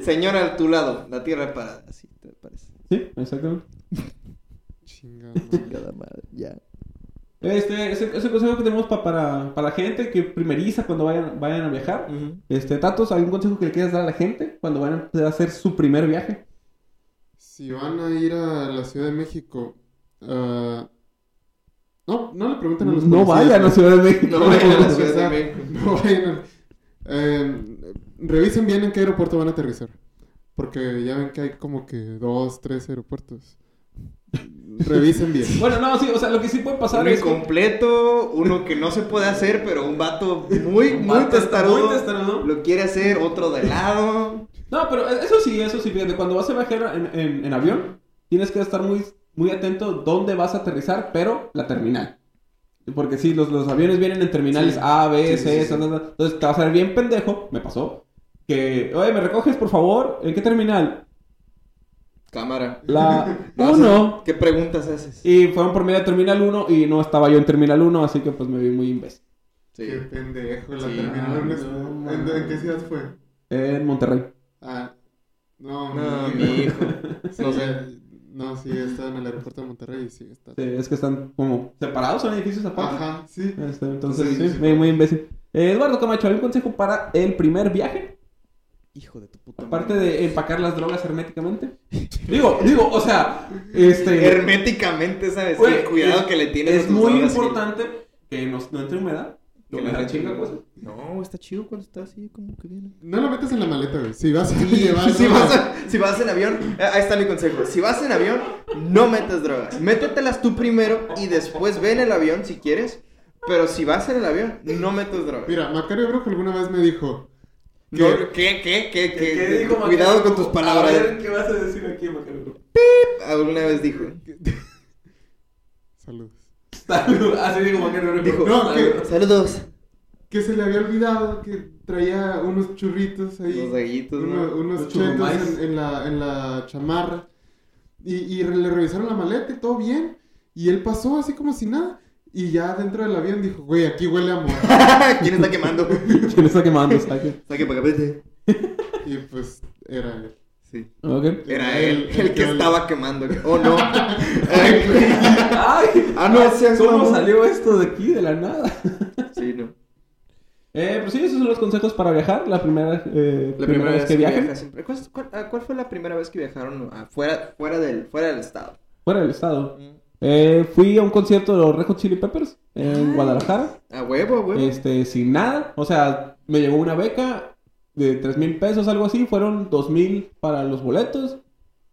[SPEAKER 2] Señora a tu lado, la tierra parada, así te parece.
[SPEAKER 1] Sí, exactamente.
[SPEAKER 4] Chingada.
[SPEAKER 5] Cada madre, ya.
[SPEAKER 1] Este, ese, ese consejo que tenemos pa- para, para la gente que primeriza cuando vayan, vayan a viajar. Este, Tatos, ¿algún consejo que le quieras dar a la gente cuando van a empezar a hacer su primer viaje?
[SPEAKER 4] Si van a ir a la Ciudad de México, ah, no, no le pregunten a los
[SPEAKER 1] No
[SPEAKER 4] policías,
[SPEAKER 1] vayan a
[SPEAKER 2] (laughs)
[SPEAKER 1] Ciudad de México.
[SPEAKER 2] No vayan a la
[SPEAKER 4] Para
[SPEAKER 2] Ciudad de
[SPEAKER 4] empezar,
[SPEAKER 2] México.
[SPEAKER 4] no vayan a- eh, revisen bien en qué aeropuerto van a aterrizar. Porque ya ven que hay como que dos, tres aeropuertos. Revisen bien.
[SPEAKER 1] Bueno, no, sí, o sea, lo que sí puede pasar
[SPEAKER 2] Uno
[SPEAKER 1] es...
[SPEAKER 2] incompleto, uno que no se puede hacer, pero un vato muy,
[SPEAKER 1] Un
[SPEAKER 2] muy
[SPEAKER 1] vato
[SPEAKER 2] testarudo.
[SPEAKER 1] muy testarudo.
[SPEAKER 2] Lo quiere hacer, otro de lado.
[SPEAKER 1] No, pero e-, eso sí, eso sí, fíjate, cuando vas a viajar en, en- en avión, tienes que estar muy, muy atento dónde vas a aterrizar, pero la terminal. Porque sí, los, los aviones vienen en terminales
[SPEAKER 2] Sí.
[SPEAKER 1] A, B, C,
[SPEAKER 2] Sí, sí, sí,
[SPEAKER 1] esa,
[SPEAKER 2] sí.
[SPEAKER 1] esa, esa. entonces te vas a ver bien pendejo, me pasó, que, oye, ¿me recoges, por favor? ¿En qué terminal?
[SPEAKER 2] Cámara. (laughs)
[SPEAKER 1] La
[SPEAKER 2] No, o
[SPEAKER 1] 1,
[SPEAKER 2] sea, ¿Qué preguntas haces?
[SPEAKER 1] y fueron por medio de terminal 1, y no estaba yo en terminal 1, así que pues me vi muy imbécil.
[SPEAKER 2] Sí.
[SPEAKER 4] Qué pendejo. La
[SPEAKER 2] Sí,
[SPEAKER 4] terminaron
[SPEAKER 1] no,
[SPEAKER 4] es-
[SPEAKER 1] no,
[SPEAKER 4] ¿en,
[SPEAKER 1] no.
[SPEAKER 4] en qué ciudad fue?
[SPEAKER 1] En Monterrey.
[SPEAKER 4] Ah, no,
[SPEAKER 2] No,
[SPEAKER 4] mi-
[SPEAKER 2] mi hijo.
[SPEAKER 4] Sí,
[SPEAKER 2] No
[SPEAKER 4] (laughs) no,
[SPEAKER 2] sé.
[SPEAKER 4] sí, está en el aeropuerto de Monterrey. Sí, está.
[SPEAKER 1] Sí, es que están como separados, son edificios aparte.
[SPEAKER 4] Ajá, sí.
[SPEAKER 1] Este, entonces,
[SPEAKER 4] Sí,
[SPEAKER 1] sí,
[SPEAKER 4] sí, sí.
[SPEAKER 1] muy, muy imbécil. Eh, Eduardo Camacho, ¿algún consejo para el primer viaje?
[SPEAKER 3] Hijo de tu puta madre.
[SPEAKER 1] Aparte de empacar las drogas herméticamente. Digo, digo, o sea, este...
[SPEAKER 2] Herméticamente, ¿sabes?
[SPEAKER 1] güey,
[SPEAKER 2] El cuidado
[SPEAKER 1] es-
[SPEAKER 2] que le tienes a
[SPEAKER 1] Es
[SPEAKER 2] tus
[SPEAKER 1] muy
[SPEAKER 2] drogas y-
[SPEAKER 1] importante que nos, no entre humedad. Que la gente chinga pues. cosas.
[SPEAKER 3] No, está chido cuando está así, como que viene.
[SPEAKER 4] No la metas en la maleta, güey. Si vas a
[SPEAKER 2] (laughs) Sí,
[SPEAKER 4] llevar.
[SPEAKER 2] si, vas a- si vas en avión, eh, ahí está mi consejo. Si vas en avión, no metas drogas. Métetelas tú primero y después ve en el avión si quieres. Pero si vas en el avión, no metas drogas.
[SPEAKER 4] Mira, Macario Brujo alguna vez me dijo. que-
[SPEAKER 2] No, ¿Qué? ¿Qué? ¿Qué? ¿Qué?
[SPEAKER 1] Eh,
[SPEAKER 2] Cuidado con tus palabras.
[SPEAKER 1] ¿qué vas a decir aquí, Macario?
[SPEAKER 2] Alguna vez dijo.
[SPEAKER 4] Saludos.
[SPEAKER 1] Salud. Así digo, Macario.
[SPEAKER 2] Dijo,
[SPEAKER 4] No, que-
[SPEAKER 2] saludos.
[SPEAKER 4] Que se le había olvidado que traía unos churritos ahí.
[SPEAKER 2] Los gallitos,
[SPEAKER 4] uno-
[SPEAKER 2] ¿no?
[SPEAKER 4] Unos
[SPEAKER 1] Los
[SPEAKER 4] chetos
[SPEAKER 1] churrumais.
[SPEAKER 4] en, en la, en la chamarra. Y, y re- le revisaron la maleta y todo bien. Y él pasó así como si nada. Y ya dentro del avión dijo, güey, aquí huele
[SPEAKER 2] (laughs)
[SPEAKER 4] a mota.
[SPEAKER 2] (laughs) ¿Quién está quemando?
[SPEAKER 1] ¿Quién está quemando? Está aquí.
[SPEAKER 2] Saque para acá, vete.
[SPEAKER 4] y pues era él.
[SPEAKER 2] Sí.
[SPEAKER 1] Ok.
[SPEAKER 2] Era él, el
[SPEAKER 4] El- el
[SPEAKER 2] que
[SPEAKER 4] que-
[SPEAKER 2] estaba quemando. Oh, (laughs) no. Ay,
[SPEAKER 1] (laughs) Ay,
[SPEAKER 2] Ah, no, seas
[SPEAKER 1] ¿Cómo
[SPEAKER 2] mamón.
[SPEAKER 1] salió esto de aquí, de la nada?
[SPEAKER 2] Sí, no.
[SPEAKER 1] Eh, pues sí, esos son los consejos para viajar. La primera, eh, primera, vez que, viajen.
[SPEAKER 2] viajas siempre- ¿Cuál, cuál- ah, cuál fue la primera vez que viajaron ah, fuera, fuera, del, fuera del estado?
[SPEAKER 1] Fuera del estado.
[SPEAKER 4] Mm.
[SPEAKER 1] Eh, fui a un concierto de los Red Hot Chili Peppers en Guadalajara.
[SPEAKER 2] A huevo, a huevo.
[SPEAKER 1] Este, sin nada. O sea, me llegó una beca de tres mil pesos, algo así. Fueron dos mil para los boletos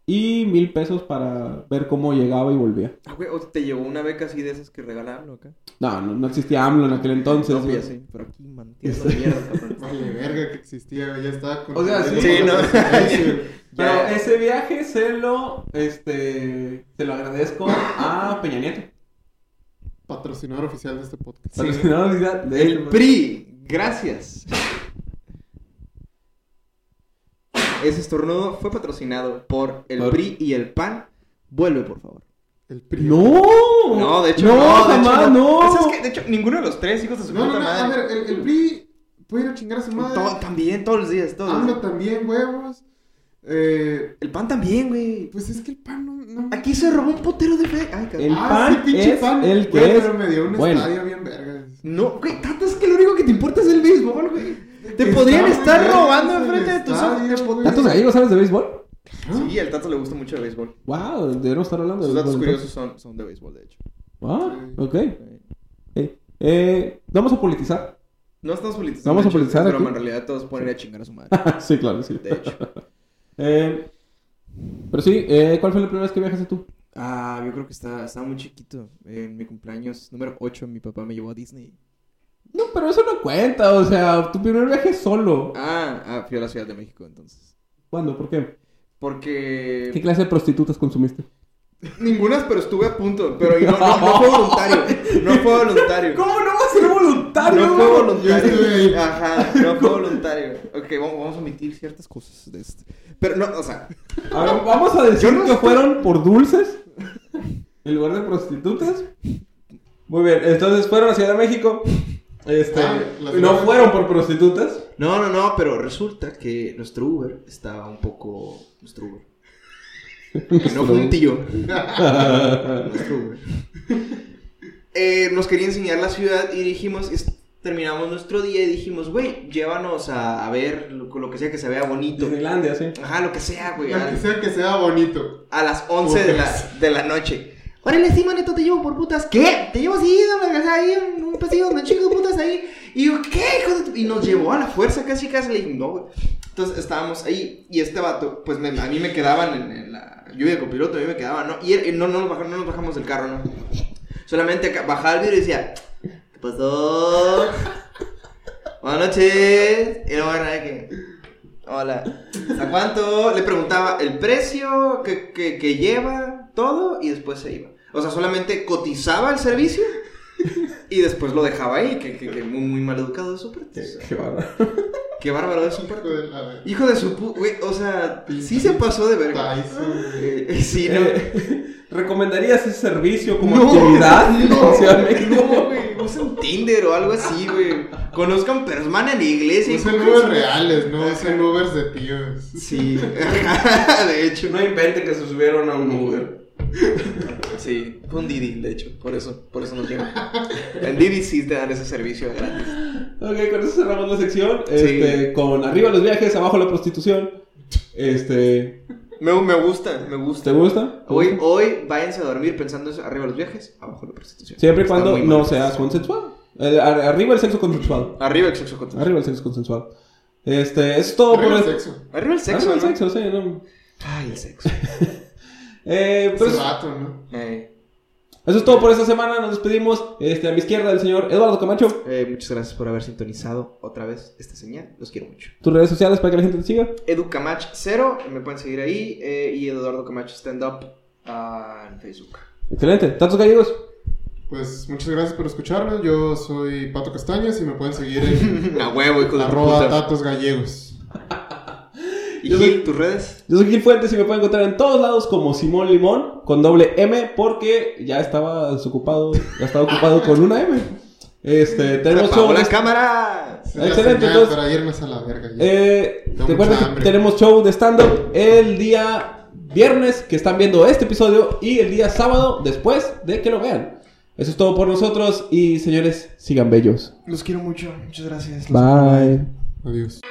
[SPEAKER 1] y mil pesos para ver cómo llegaba y volvía.
[SPEAKER 2] A huevo, ¿Te llegó una beca así de esas que regalaron acá?
[SPEAKER 1] No, no, no existía AMLO en aquel entonces.
[SPEAKER 2] No,
[SPEAKER 1] güey.
[SPEAKER 2] pues ya sí, pero aquí mantienes
[SPEAKER 1] (laughs)
[SPEAKER 2] la mierda, cabrón.
[SPEAKER 4] Vale, verga que existía, ya estaba con...
[SPEAKER 1] O sea, sí.
[SPEAKER 2] Sí, no.
[SPEAKER 1] Pero
[SPEAKER 2] Ya.
[SPEAKER 1] ese viaje se lo, este, se lo agradezco a Peña Nieto.
[SPEAKER 4] Patrocinador oficial de este podcast.
[SPEAKER 1] Patrocinador oficial de este
[SPEAKER 2] El
[SPEAKER 1] podcast.
[SPEAKER 2] PRI, gracias. Ese estornudo fue patrocinado por el
[SPEAKER 1] Por-
[SPEAKER 2] PRI y el PAN. Vuelve, por favor.
[SPEAKER 4] El PRI.
[SPEAKER 1] No,
[SPEAKER 2] No, de hecho,
[SPEAKER 1] no,
[SPEAKER 2] no, de hecho,
[SPEAKER 1] jamás, no.
[SPEAKER 2] Pues es que, de hecho, ninguno de los tres hijos de su
[SPEAKER 4] No, no,
[SPEAKER 2] puta
[SPEAKER 4] no, a
[SPEAKER 2] madre.
[SPEAKER 4] ver, el, el PRI puede ir a chingar a su madre.
[SPEAKER 2] Todo- también, todos los días, todos. los
[SPEAKER 4] AMLO
[SPEAKER 2] días.
[SPEAKER 4] también, huevos. Eh,
[SPEAKER 2] El PAN también, güey.
[SPEAKER 4] pues es que el pan no... no- Ah,
[SPEAKER 2] Aquí se robó un potero de fe. Ay, cabrón.
[SPEAKER 1] El pan es el que
[SPEAKER 4] Güey,
[SPEAKER 1] es
[SPEAKER 4] Pero me dio un
[SPEAKER 1] bueno.
[SPEAKER 4] estadio bien verga.
[SPEAKER 2] No, güey, tanto es que lo único que te importa es el béisbol, güey. Te
[SPEAKER 4] Está
[SPEAKER 2] podrían
[SPEAKER 4] muy
[SPEAKER 2] estar
[SPEAKER 4] verga
[SPEAKER 2] robando
[SPEAKER 4] el
[SPEAKER 2] enfrente de tus
[SPEAKER 4] estadio,
[SPEAKER 2] ojos.
[SPEAKER 4] güey.
[SPEAKER 1] ¿Tantos gallegos sabes de béisbol?
[SPEAKER 2] Sí, al Tato le gusta mucho el béisbol.
[SPEAKER 1] Wow, deberíamos estar hablando
[SPEAKER 2] Sus
[SPEAKER 1] de
[SPEAKER 2] datos
[SPEAKER 1] béisbol.
[SPEAKER 2] curiosos son, son de béisbol, de hecho.
[SPEAKER 1] Ah, ok. Eh, eh, vamos a politizar. (laughs)
[SPEAKER 2] No estamos politizando.
[SPEAKER 1] Vamos
[SPEAKER 2] de
[SPEAKER 1] a
[SPEAKER 2] hecho,
[SPEAKER 1] politizar
[SPEAKER 2] Pero
[SPEAKER 1] aquí.
[SPEAKER 2] en realidad todos ponen a chingar a su madre.
[SPEAKER 1] Ah, sí, claro, sí.
[SPEAKER 2] De hecho.
[SPEAKER 1] Eh, pero sí, eh, ¿cuál fue la primera vez que viajaste tú?
[SPEAKER 2] (laughs) Ah, yo creo que estaba, estaba muy chiquito. En mi cumpleaños número 8, mi papá me llevó a Disney.
[SPEAKER 1] No, pero eso no cuenta, o sea, tu primer viaje solo.
[SPEAKER 2] Ah, ah, fui a la Ciudad de México entonces.
[SPEAKER 1] ¿Cuándo? ¿Por qué?
[SPEAKER 2] Porque.
[SPEAKER 1] ¿Qué clase de prostitutas consumiste?
[SPEAKER 2] Ninguna, pero estuve a punto. Pero y no, no, no fue voluntario. No fue voluntario.
[SPEAKER 1] no va a ser voluntario?
[SPEAKER 2] No fue voluntario.
[SPEAKER 4] Yo estuve ahí.
[SPEAKER 2] Ajá, no fue voluntario. Ok, vamos, vamos a omitir ciertas cosas de este. Pero no, o sea,
[SPEAKER 1] A ver, vamos a decir
[SPEAKER 2] Yo no
[SPEAKER 1] que
[SPEAKER 2] estoy-
[SPEAKER 1] fueron por dulces en lugar de prostitutas. Muy bien, entonces fueron a Ciudad de México. Este,
[SPEAKER 4] Ah, la Ciudad
[SPEAKER 1] no
[SPEAKER 4] de-
[SPEAKER 1] fueron por
[SPEAKER 2] (laughs)
[SPEAKER 1] prostitutas.
[SPEAKER 2] no, no, no, pero resulta que nuestro Uber estaba un poco. Nuestro Uber. Que no fue un tío. Nuestro Uber. eh, nos quería enseñar la ciudad y dijimos, es- terminamos nuestro día y dijimos, güey, llévanos a, a ver lo, lo que sea que se vea bonito.
[SPEAKER 1] Disneylandia, sí.
[SPEAKER 2] Ajá, lo que sea, güey.
[SPEAKER 4] Aunque
[SPEAKER 2] A,
[SPEAKER 4] sea que sea bonito.
[SPEAKER 2] a las 11 de la, de la noche. Órale, sí, manito, te llevo por putas. ¿Qué? Te llevo así, no me ahí en un pasillo donde chicos putas ahí. Y yo, ¿qué? hijo de tu-?" Y nos llevó a la fuerza casi, casi. Le dije, no, güey. Entonces estábamos ahí y este vato, pues me- a mí me quedaban en, en la lluvia de copiloto, a mí me quedaban, ¿no? Y él- eh, no, no, nos bajamos, no nos bajamos del carro, ¿no? Solamente ca- bajaba el vidrio y decía, ¿qué pasó? Buenas noches. Y luego era de que, hola, ¿a cuánto? Le preguntaba el precio que, que, que lleva, todo, y después se iba. O sea, solamente cotizaba el servicio y después lo dejaba ahí, que, que, que muy, muy mal educado de su parte. o sea,
[SPEAKER 1] Qué bárbaro.
[SPEAKER 2] Qué bárbaro de su
[SPEAKER 4] Hijo
[SPEAKER 2] parte.
[SPEAKER 4] de la-
[SPEAKER 2] Hijo de su pu... güey, o sea, sí se pasó de verga.
[SPEAKER 4] Tyson, güey.
[SPEAKER 2] Eh, sí, no.
[SPEAKER 1] Eh, (laughs) ¿Recomendarías ese servicio como
[SPEAKER 2] No,
[SPEAKER 1] actividad
[SPEAKER 2] no,
[SPEAKER 1] en Ciudad de México?
[SPEAKER 2] No, güey, usen Tinder o algo así, güey. Conozcan personas en la iglesia. y
[SPEAKER 4] Usen
[SPEAKER 2] cojan
[SPEAKER 4] Ubers
[SPEAKER 2] su-
[SPEAKER 4] reales, no usen Ubers de tíos.
[SPEAKER 2] Sí, (laughs) de hecho.
[SPEAKER 1] No inventen que se subieron a un Uber.
[SPEAKER 2] Sí, fue un Didi, de hecho, por eso, por eso no tiene. En Didi sí te dan ese servicio gratis.
[SPEAKER 1] Ok, con eso cerramos la sección.
[SPEAKER 2] Sí.
[SPEAKER 1] Este, Con arriba los viajes, abajo la prostitución. Este,
[SPEAKER 2] Me, me gusta, me gusta.
[SPEAKER 1] ¿Te gusta?
[SPEAKER 2] Hoy, hoy váyanse a dormir pensando eso, arriba los viajes, abajo la prostitución.
[SPEAKER 1] Siempre y
[SPEAKER 2] Está
[SPEAKER 1] cuando
[SPEAKER 2] muy
[SPEAKER 1] no
[SPEAKER 2] mal.
[SPEAKER 1] seas consensual. Eh, ar- arriba el sexo consensual.
[SPEAKER 2] Arriba el sexo contra.
[SPEAKER 1] Arriba el sexo consensual. Este, es todo
[SPEAKER 4] Arriba
[SPEAKER 1] por
[SPEAKER 4] el
[SPEAKER 1] el-
[SPEAKER 4] sexo.
[SPEAKER 2] Arriba el sexo.
[SPEAKER 1] Arriba el
[SPEAKER 2] ¿no?
[SPEAKER 1] sexo, sí, no.
[SPEAKER 2] Ay, el sexo.
[SPEAKER 1] Eh, pues,
[SPEAKER 4] Ese vato, ¿no?
[SPEAKER 2] Eh,
[SPEAKER 1] eso es todo por esta semana. Nos despedimos. Este, a mi izquierda, el señor Eduardo Camacho.
[SPEAKER 2] eh, muchas gracias por haber sintonizado otra vez esta señal. Los quiero mucho.
[SPEAKER 1] Tus redes sociales para que la gente te siga.
[SPEAKER 2] Edu Camach Cero, me pueden seguir ahí. eh, y Eduardo Camacho Stand Up ah, en Facebook. (laughs)
[SPEAKER 1] Excelente. Tantos gallegos.
[SPEAKER 4] Pues muchas gracias por escucharnos. Yo soy Pato Castañas y me pueden seguir
[SPEAKER 2] (laughs)
[SPEAKER 4] en
[SPEAKER 2] A huevo, hijo de
[SPEAKER 4] arroba
[SPEAKER 2] puta.
[SPEAKER 4] tatos gallegos.
[SPEAKER 2] Y
[SPEAKER 1] Yo soy-
[SPEAKER 2] Gil, tus redes.
[SPEAKER 1] Yo soy Gil Fuentes y me pueden encontrar en todos lados como Simón Limón con doble M porque ya estaba desocupado, ya estaba ocupado con una M. Este, tenemos
[SPEAKER 2] Apagó
[SPEAKER 1] show.
[SPEAKER 2] la cámara.
[SPEAKER 4] Es la
[SPEAKER 1] Excelente,
[SPEAKER 4] señal
[SPEAKER 1] entonces-
[SPEAKER 4] para irnos a la verga. ya.
[SPEAKER 1] Eh,
[SPEAKER 4] Tengo
[SPEAKER 1] recuerden
[SPEAKER 4] mucha
[SPEAKER 1] que
[SPEAKER 4] hambre.
[SPEAKER 1] tenemos show de stand-up el día viernes que están viendo este episodio y el día sábado después de que lo vean. Eso es todo por nosotros y señores, sigan bellos.
[SPEAKER 2] Los quiero mucho. Muchas gracias.
[SPEAKER 1] Bye.
[SPEAKER 4] Adiós.